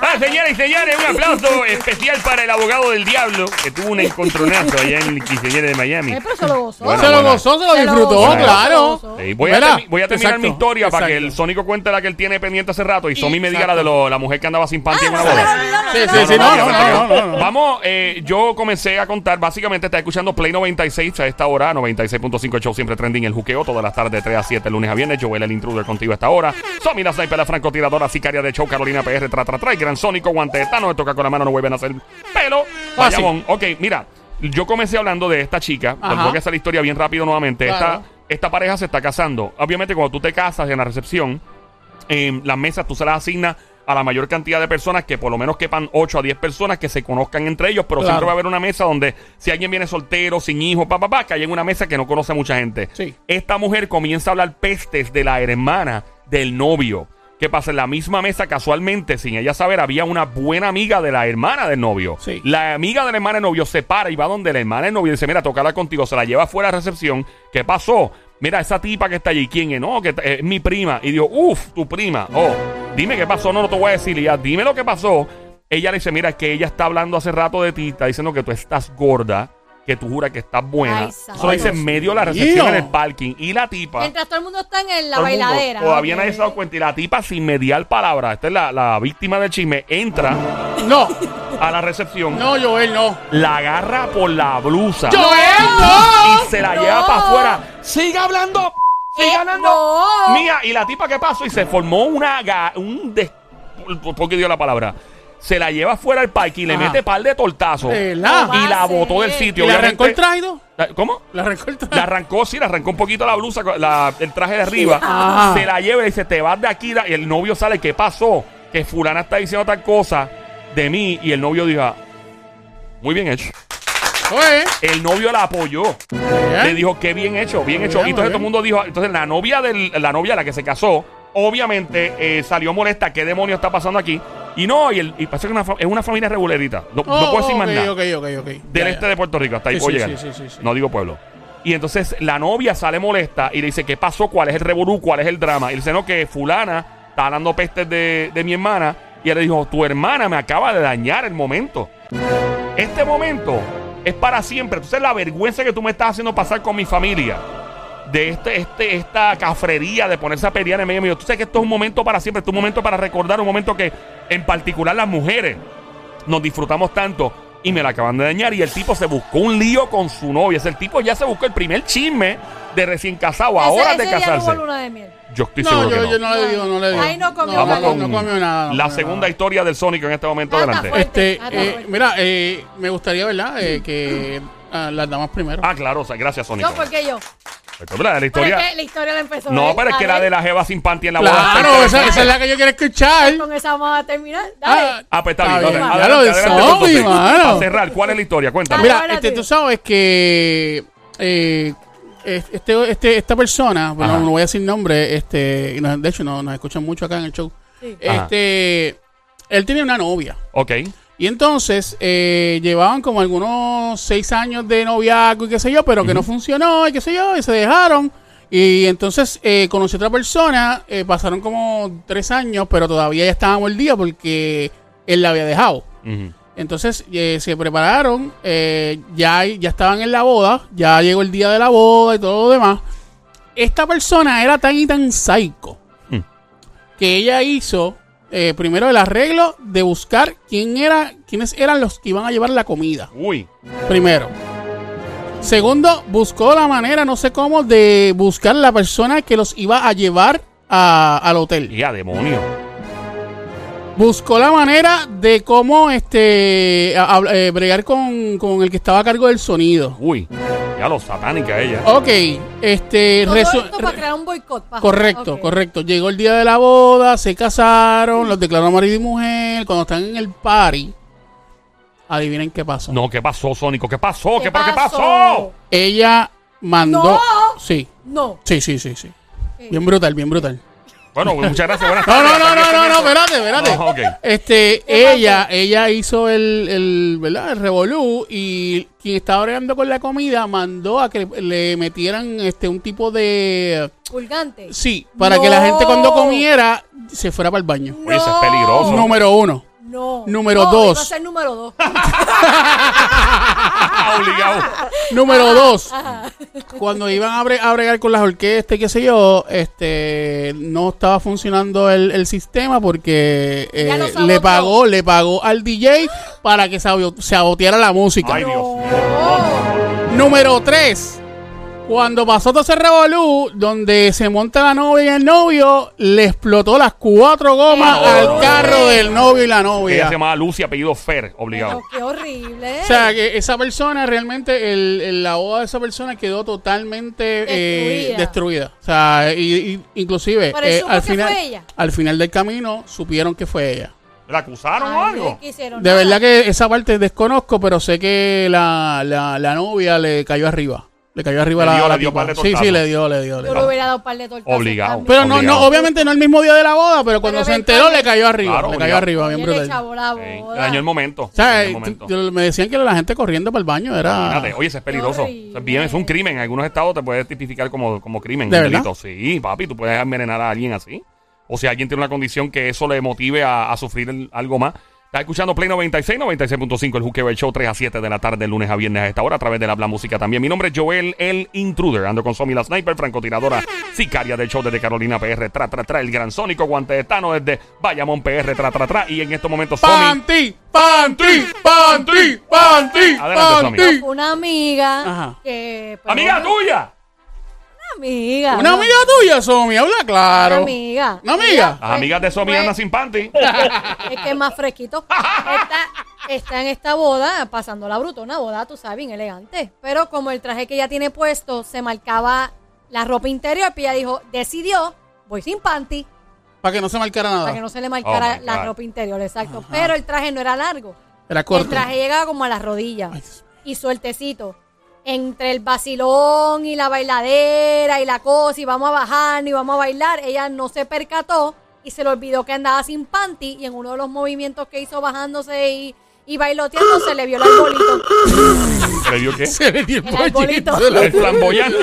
[SPEAKER 1] Ah, señores y señores, un aplauso especial para el abogado del diablo que tuvo un encontronazo allá en Quinceañera de Miami.
[SPEAKER 2] Eh, pero se lo gozó.
[SPEAKER 1] Bueno,
[SPEAKER 3] se lo
[SPEAKER 1] bueno.
[SPEAKER 3] gozó, se lo
[SPEAKER 2] Se lo
[SPEAKER 3] disfrutó,
[SPEAKER 1] gozó,
[SPEAKER 3] claro.
[SPEAKER 2] se lo gozó.
[SPEAKER 1] Sí, voy, a
[SPEAKER 3] Mira,
[SPEAKER 1] termi- voy a terminar mi
[SPEAKER 3] exacto,
[SPEAKER 1] historia para que
[SPEAKER 3] exacto.
[SPEAKER 1] el Sónico cuente la que él tiene pendiente hace rato y Somi me diga la de lo- la mujer que andaba sin panty
[SPEAKER 2] Ah,
[SPEAKER 1] en una
[SPEAKER 2] no se le
[SPEAKER 1] boda.
[SPEAKER 2] olvidó, no
[SPEAKER 3] Sí,
[SPEAKER 2] se le
[SPEAKER 3] sí, sí,
[SPEAKER 2] olvidó.
[SPEAKER 3] no, no, no, no, no.
[SPEAKER 1] Vamos, eh, yo comencé a contar, básicamente está escuchando Play 96 a esta hora, 96.5 el show siempre trending, el juqueo todas las tardes de 3 a 7, lunes a viernes, Joel el intruder contigo a esta hora, Somi la sniper, la francotiradora, sicaria de show, Carolina PR, tra, tra, tra, y gran sónico, guante de Thanos, me toca con la mano, no vuelven a hacer pelo,
[SPEAKER 3] Fácil.
[SPEAKER 1] Bayamón. Ok, mira, yo comencé hablando de esta chica,
[SPEAKER 3] Ajá.
[SPEAKER 1] tengo que hacer la historia bien rápido nuevamente,
[SPEAKER 3] Claro.
[SPEAKER 1] esta, esta pareja se está casando, obviamente cuando tú te casas en la recepción, en las mesas tú se las asignas a la mayor cantidad de personas que por lo menos quepan 8 a 10 personas que se conozcan entre ellos, pero
[SPEAKER 3] Claro.
[SPEAKER 1] siempre va a haber una mesa donde si alguien viene soltero, sin hijos, papá, papá, que hay en una mesa que no conoce a mucha gente.
[SPEAKER 3] Sí.
[SPEAKER 1] Esta mujer comienza a hablar pestes de la hermana del novio. Que pasa en la misma mesa casualmente, sin ella saber, había una buena amiga de la hermana del novio.
[SPEAKER 3] Sí.
[SPEAKER 1] La amiga de la hermana del novio se para y va donde la hermana del novio y dice, mira, tocarla contigo, se la lleva fuera de recepción. ¿Qué pasó? Mira, esa tipa que está allí, ¿quién es? No, que t- es mi prima. Y dijo, uff, tu prima. Oh, dime qué pasó, no, no te voy a decir. Y ya, dime lo que pasó. Ella le dice, mira, es que ella está hablando hace rato de ti, está diciendo que tú estás gorda, que tú juras que estás buena.
[SPEAKER 2] Ay,
[SPEAKER 1] Eso
[SPEAKER 2] santo.
[SPEAKER 1] lo dice en medio de la
[SPEAKER 3] Dios
[SPEAKER 1] recepción en
[SPEAKER 3] mío.
[SPEAKER 1] el parking. Y la tipa...
[SPEAKER 2] Mientras todo el mundo está en la
[SPEAKER 1] Todo el mundo.
[SPEAKER 2] bailadera.
[SPEAKER 1] Todavía
[SPEAKER 2] Ok.
[SPEAKER 1] nadie se ha dado cuenta. Y la tipa, sin mediar palabra, esta es la, la víctima del chisme, entra
[SPEAKER 3] No,
[SPEAKER 1] a la recepción,
[SPEAKER 3] no, Joel, no.
[SPEAKER 1] la agarra por la blusa
[SPEAKER 3] ¡Joel,
[SPEAKER 1] y
[SPEAKER 3] no!
[SPEAKER 1] se la
[SPEAKER 2] No.
[SPEAKER 1] lleva para afuera. Sigue hablando, p- sigue
[SPEAKER 2] Eh,
[SPEAKER 1] hablando.
[SPEAKER 2] no.
[SPEAKER 1] Mía, y la tipa, ¿qué pasó? Y se formó una. ga- Un des- ¿Por- ¿Por qué dio la palabra? Se la lleva afuera al parque y le
[SPEAKER 3] Ajá.
[SPEAKER 1] mete par de tortazos.
[SPEAKER 3] Eh,
[SPEAKER 2] No
[SPEAKER 3] la.
[SPEAKER 1] y la
[SPEAKER 2] va a
[SPEAKER 1] botó
[SPEAKER 2] ser.
[SPEAKER 1] del
[SPEAKER 3] ¿Y
[SPEAKER 1] sitio.
[SPEAKER 3] la arrancó el
[SPEAKER 1] obviamente.
[SPEAKER 3] traído?
[SPEAKER 1] La- ¿Cómo?
[SPEAKER 3] La arrancó el traído.
[SPEAKER 1] este- La arrancó, sí, le arrancó un poquito la blusa, la- el traje de arriba.
[SPEAKER 3] Ah.
[SPEAKER 1] Se la lleva y dice, te vas de aquí. da- Y el novio sale, ¿qué pasó? Que fulana está diciendo tal cosa de mí. Y el novio dijo, "Ah, muy bien hecho.
[SPEAKER 3] Oye,
[SPEAKER 1] El novio la apoyó.
[SPEAKER 3] ¿eh?
[SPEAKER 1] Le dijo, qué bien hecho, bien
[SPEAKER 3] Muy
[SPEAKER 1] hecho.
[SPEAKER 3] bien,
[SPEAKER 1] y entonces
[SPEAKER 3] muy
[SPEAKER 1] todo el
[SPEAKER 3] bien.
[SPEAKER 1] mundo dijo, entonces la novia, del, la novia, la que se casó, obviamente eh, salió molesta, ¿qué demonio está pasando aquí? Y no, y, el, y pasa que una fa- es una familia regulerita. No, no
[SPEAKER 3] Oh,
[SPEAKER 1] puedo decir más
[SPEAKER 3] ok,
[SPEAKER 1] nada
[SPEAKER 3] ok, ok, ok.
[SPEAKER 1] del
[SPEAKER 3] Ya,
[SPEAKER 1] este
[SPEAKER 3] ya.
[SPEAKER 1] de Puerto Rico. Hasta ahí
[SPEAKER 3] Sí,
[SPEAKER 1] puedo
[SPEAKER 3] sí,
[SPEAKER 1] llegar.
[SPEAKER 3] sí, sí, sí, sí.
[SPEAKER 1] No digo pueblo. Y entonces la novia sale molesta y le dice, ¿qué pasó? ¿Cuál es el revolú? ¿Cuál es el drama? Y dice, no, que fulana está hablando pestes de, de mi hermana. Y él le dijo, tu hermana me acaba de dañar el momento. Este momento es para siempre. Entonces la vergüenza que tú me estás haciendo pasar con mi familia. De este, este, esta cafrería de ponerse a pelear en medio mío. Tú sabes que esto es un momento para siempre, esto es un momento para recordar, un momento que en particular las mujeres nos disfrutamos tanto y me la acaban de dañar. Y el tipo se buscó un lío con su novia. Ese el tipo ya se buscó el primer chisme de recién casado,
[SPEAKER 2] Ese-
[SPEAKER 1] ahora
[SPEAKER 2] ese
[SPEAKER 1] de
[SPEAKER 2] día no
[SPEAKER 1] casarse.
[SPEAKER 2] hubo luna de miel.
[SPEAKER 1] Yo estoy
[SPEAKER 3] No,
[SPEAKER 1] seguro que
[SPEAKER 3] yo,
[SPEAKER 1] no.
[SPEAKER 3] yo no le digo, no le digo.
[SPEAKER 2] Ahí no comió
[SPEAKER 3] no,
[SPEAKER 1] Vamos
[SPEAKER 2] nada.
[SPEAKER 1] con
[SPEAKER 3] no comió nada. no
[SPEAKER 1] la
[SPEAKER 3] comió
[SPEAKER 1] segunda
[SPEAKER 3] nada.
[SPEAKER 1] historia del Sónico en este momento.
[SPEAKER 2] Anda,
[SPEAKER 1] adelante.
[SPEAKER 2] fuerte.
[SPEAKER 3] Este,
[SPEAKER 2] Ah,
[SPEAKER 3] eh,
[SPEAKER 2] bueno.
[SPEAKER 3] mira, eh, me gustaría, ¿verdad? Eh, que ah, las damas primero.
[SPEAKER 1] Ah, claro, o sea, gracias, Sónico.
[SPEAKER 2] Yo, porque yo.
[SPEAKER 1] Esto, la de la
[SPEAKER 2] Pero
[SPEAKER 1] historia.
[SPEAKER 2] es que la historia la empezó.
[SPEAKER 1] No,
[SPEAKER 2] él.
[SPEAKER 1] pero es
[SPEAKER 2] A
[SPEAKER 1] que la de
[SPEAKER 2] ver,
[SPEAKER 1] la jeva sin panty en Ah, la boda. está
[SPEAKER 3] claro, esa,
[SPEAKER 1] interesante.
[SPEAKER 3] esa es la que yo quiero escuchar.
[SPEAKER 2] Con esa vamos a terminar. Dale.
[SPEAKER 1] Ah, pues está
[SPEAKER 3] Está
[SPEAKER 1] bien.
[SPEAKER 3] bien.
[SPEAKER 1] dale,
[SPEAKER 3] Ya lo
[SPEAKER 1] adelante,
[SPEAKER 3] de
[SPEAKER 1] adelante,
[SPEAKER 3] Sony,
[SPEAKER 1] entonces.
[SPEAKER 3] mano.
[SPEAKER 1] Para cerrar, ¿cuál es la historia? Cuéntame.
[SPEAKER 2] Dale.
[SPEAKER 3] Mira,
[SPEAKER 2] Espérate.
[SPEAKER 3] este, tú sabes que eh, es- este, este, esta persona, bueno,
[SPEAKER 1] Ajá.
[SPEAKER 3] no voy a decir nombre, este, y nos- de hecho no, nos escuchan mucho acá en el show.
[SPEAKER 2] Sí.
[SPEAKER 1] Ajá.
[SPEAKER 3] Este, él tenía una novia.
[SPEAKER 1] Ok.
[SPEAKER 3] Y entonces eh, llevaban como algunos seis años de noviazgo y qué sé yo, pero que no funcionó y qué sé yo, y se dejaron. Y entonces eh, conocí a otra persona, eh, pasaron como tres años, pero todavía ya estábamos el día porque él la había dejado.
[SPEAKER 1] Ujú.
[SPEAKER 3] Entonces eh, se prepararon, eh, ya, ya estaban en la boda, ya llegó el día de la boda y todo lo demás. Esta persona era tan y tan psycho
[SPEAKER 1] Mm.
[SPEAKER 3] que ella hizo eh, primero el arreglo de buscar quién era, quiénes eran los que iban a llevar la comida.
[SPEAKER 1] Uy.
[SPEAKER 3] Primero. Segundo, buscó la manera, no sé cómo, de buscar la persona que los iba a llevar a- al hotel
[SPEAKER 1] Ya, demonio.
[SPEAKER 3] buscó la manera de cómo este a- a- eh, bregar con, con el que estaba a cargo del sonido.
[SPEAKER 1] Uy. Ya lo satánica ella.
[SPEAKER 3] Ok, este
[SPEAKER 2] Todo
[SPEAKER 3] resu-
[SPEAKER 2] esto
[SPEAKER 3] re-
[SPEAKER 2] para crear un boicot. para-
[SPEAKER 3] correcto,
[SPEAKER 2] Ok.
[SPEAKER 3] correcto. Llegó el día de la boda, se casaron, los declaró marido y mujer. Cuando están en el party, adivinen qué pasó.
[SPEAKER 1] No, ¿qué pasó, Sónico? ¿Qué pasó? ¿Qué,
[SPEAKER 2] ¿Qué
[SPEAKER 1] pa- qué
[SPEAKER 2] pasó?
[SPEAKER 1] pasó?
[SPEAKER 3] Ella mandó,
[SPEAKER 2] No.
[SPEAKER 3] sí,
[SPEAKER 2] No.
[SPEAKER 3] sí, sí, sí, sí.
[SPEAKER 2] Sí.
[SPEAKER 3] Bien brutal, bien brutal.
[SPEAKER 1] Bueno, pues, muchas gracias. Buenas
[SPEAKER 3] No,
[SPEAKER 1] tardes.
[SPEAKER 3] no, no, no, no, no, espérate, espérate.
[SPEAKER 1] No, ok.
[SPEAKER 3] Este,
[SPEAKER 2] ¿Qué
[SPEAKER 3] ella, ella hizo el, el, ¿verdad? El revolú y quien estaba bregando con la comida mandó a que le metieran este un tipo de
[SPEAKER 2] Pulgante.
[SPEAKER 3] sí, para que
[SPEAKER 2] No.
[SPEAKER 3] la gente cuando comiera se fuera para el baño.
[SPEAKER 1] Oye, eso es peligroso.
[SPEAKER 3] Número uno.
[SPEAKER 2] No.
[SPEAKER 3] Número
[SPEAKER 2] No,
[SPEAKER 3] dos.
[SPEAKER 2] iba a ser número dos.
[SPEAKER 1] Obligado.
[SPEAKER 2] Ah.
[SPEAKER 3] Número dos. Cuando iban a, bre- a bregar con las orquestas y qué sé yo, este no estaba funcionando el, el sistema porque
[SPEAKER 2] Ya
[SPEAKER 3] eh,
[SPEAKER 2] lo saboteó.
[SPEAKER 3] le pagó, le pagó al DJ para que sabio- saboteara la música.
[SPEAKER 1] Ay, Dios.
[SPEAKER 3] Número 3. Cuando pasó todo ese revolú, donde se monta la novia y el novio, le explotó las cuatro gomas
[SPEAKER 1] Ah,
[SPEAKER 3] al
[SPEAKER 1] no.
[SPEAKER 3] carro del novio y la novia.
[SPEAKER 1] Ella se llamaba Lucy, apellido Fer.
[SPEAKER 2] Pero
[SPEAKER 1] Obligado.
[SPEAKER 2] Oh, qué horrible.
[SPEAKER 3] O sea, que esa persona realmente, el, el- la boda de esa persona quedó totalmente eh, destruida.
[SPEAKER 2] Destruida.
[SPEAKER 3] O sea, y, y- inclusive,
[SPEAKER 2] Pero él
[SPEAKER 3] eh,
[SPEAKER 2] supo
[SPEAKER 3] al,
[SPEAKER 2] que
[SPEAKER 3] final,
[SPEAKER 2] fue ella.
[SPEAKER 3] al final del camino, supieron que fue ella.
[SPEAKER 1] ¿La acusaron o
[SPEAKER 2] Ay,
[SPEAKER 1] algo?
[SPEAKER 2] no quisieron
[SPEAKER 3] De
[SPEAKER 2] nada.
[SPEAKER 3] verdad que esa parte desconozco, pero sé que la, la, la novia le cayó arriba. Le cayó arriba
[SPEAKER 1] Le
[SPEAKER 3] la,
[SPEAKER 1] dio-
[SPEAKER 3] la
[SPEAKER 1] le dio par
[SPEAKER 3] tipa.
[SPEAKER 1] de
[SPEAKER 3] Sí, sí,
[SPEAKER 1] tortazos.
[SPEAKER 3] le dio, le dio. le
[SPEAKER 2] Yo
[SPEAKER 3] dio.
[SPEAKER 2] le hubiera dado un par de tortazos.
[SPEAKER 1] Obligado.
[SPEAKER 2] también.
[SPEAKER 3] Pero no, no,
[SPEAKER 1] Obligado.
[SPEAKER 3] obviamente no el mismo día de la boda, pero cuando
[SPEAKER 2] Pero
[SPEAKER 3] se
[SPEAKER 2] eventualmente-
[SPEAKER 3] enteró le cayó arriba.
[SPEAKER 1] Claro,
[SPEAKER 3] le cayó
[SPEAKER 1] obligado.
[SPEAKER 3] arriba, bien
[SPEAKER 2] Yo le
[SPEAKER 3] brutal.
[SPEAKER 2] echaba la
[SPEAKER 1] Sí.
[SPEAKER 2] boda.
[SPEAKER 1] Dañó el momento.
[SPEAKER 3] O sea,
[SPEAKER 1] Dañó el
[SPEAKER 3] eh,
[SPEAKER 1] momento.
[SPEAKER 3] yo- me decían que la gente corriendo para el baño era...
[SPEAKER 1] Imagínate, oye, eso es peligroso. Eso es, bien, es un crimen. En algunos estados te puedes tipificar como, como crimen.
[SPEAKER 3] ¿De
[SPEAKER 1] un
[SPEAKER 3] verdad?
[SPEAKER 1] delito. Sí, papi, tú puedes envenenar a alguien así. O si alguien tiene una condición que eso le motive a, a sufrir el- algo más. Estás escuchando Play 96, 96.5, el Juqueo el Show, 3 a 7 de la tarde, lunes a viernes a esta hora, a través de la Habla Música también. Mi nombre es Joel, el Intruder. Ando con Somi, la sniper, francotiradora, sicaria del show desde Carolina PR, tra, tra, tra, el gran sónico, guante de Tano desde Bayamón PR, tra, tra, tra. Y en estos momentos, Somi.
[SPEAKER 3] ¡Panty! ¡Panty! ¡Panty! ¡Panty!
[SPEAKER 1] Adelante, Tommy.
[SPEAKER 3] ¡Panty!
[SPEAKER 2] Una amiga.
[SPEAKER 3] Ajá.
[SPEAKER 2] Que, pues,
[SPEAKER 1] ¡Amiga
[SPEAKER 2] una
[SPEAKER 1] tuya!
[SPEAKER 2] Amiga.
[SPEAKER 3] Una amiga tuya, Somi, habla
[SPEAKER 2] Una
[SPEAKER 3] claro.
[SPEAKER 2] amiga.
[SPEAKER 3] ¿Una amiga?
[SPEAKER 1] Las amigas de Somi
[SPEAKER 2] Pues-
[SPEAKER 1] andan sin panty.
[SPEAKER 2] Es que es más fresquito. Está, está en esta boda, pasando la bruta, una boda, tú sabes, bien elegante. Pero como el traje que ella tiene puesto se marcaba la ropa interior, pues ella dijo, decidió, voy sin panty,
[SPEAKER 3] Para que no se marcara nada.
[SPEAKER 2] para que no se le marcara
[SPEAKER 1] Oh, my
[SPEAKER 2] la
[SPEAKER 1] God.
[SPEAKER 2] ropa interior, exacto. Pero el traje no era largo.
[SPEAKER 3] Era corto.
[SPEAKER 2] El traje llegaba como a las rodillas.
[SPEAKER 3] Ay, Dios
[SPEAKER 2] y sueltecito. Entre el vacilón y la bailadera y la cosa, y vamos a bajar y vamos a bailar, ella no se percató y se le olvidó que andaba sin panty. Y en uno de los movimientos que hizo bajándose y, y bailoteando, se le vio el arbolito.
[SPEAKER 1] ¿Le dio qué?
[SPEAKER 3] Se le dio el
[SPEAKER 2] El arbolito.
[SPEAKER 3] pollito.
[SPEAKER 1] El flamboyante.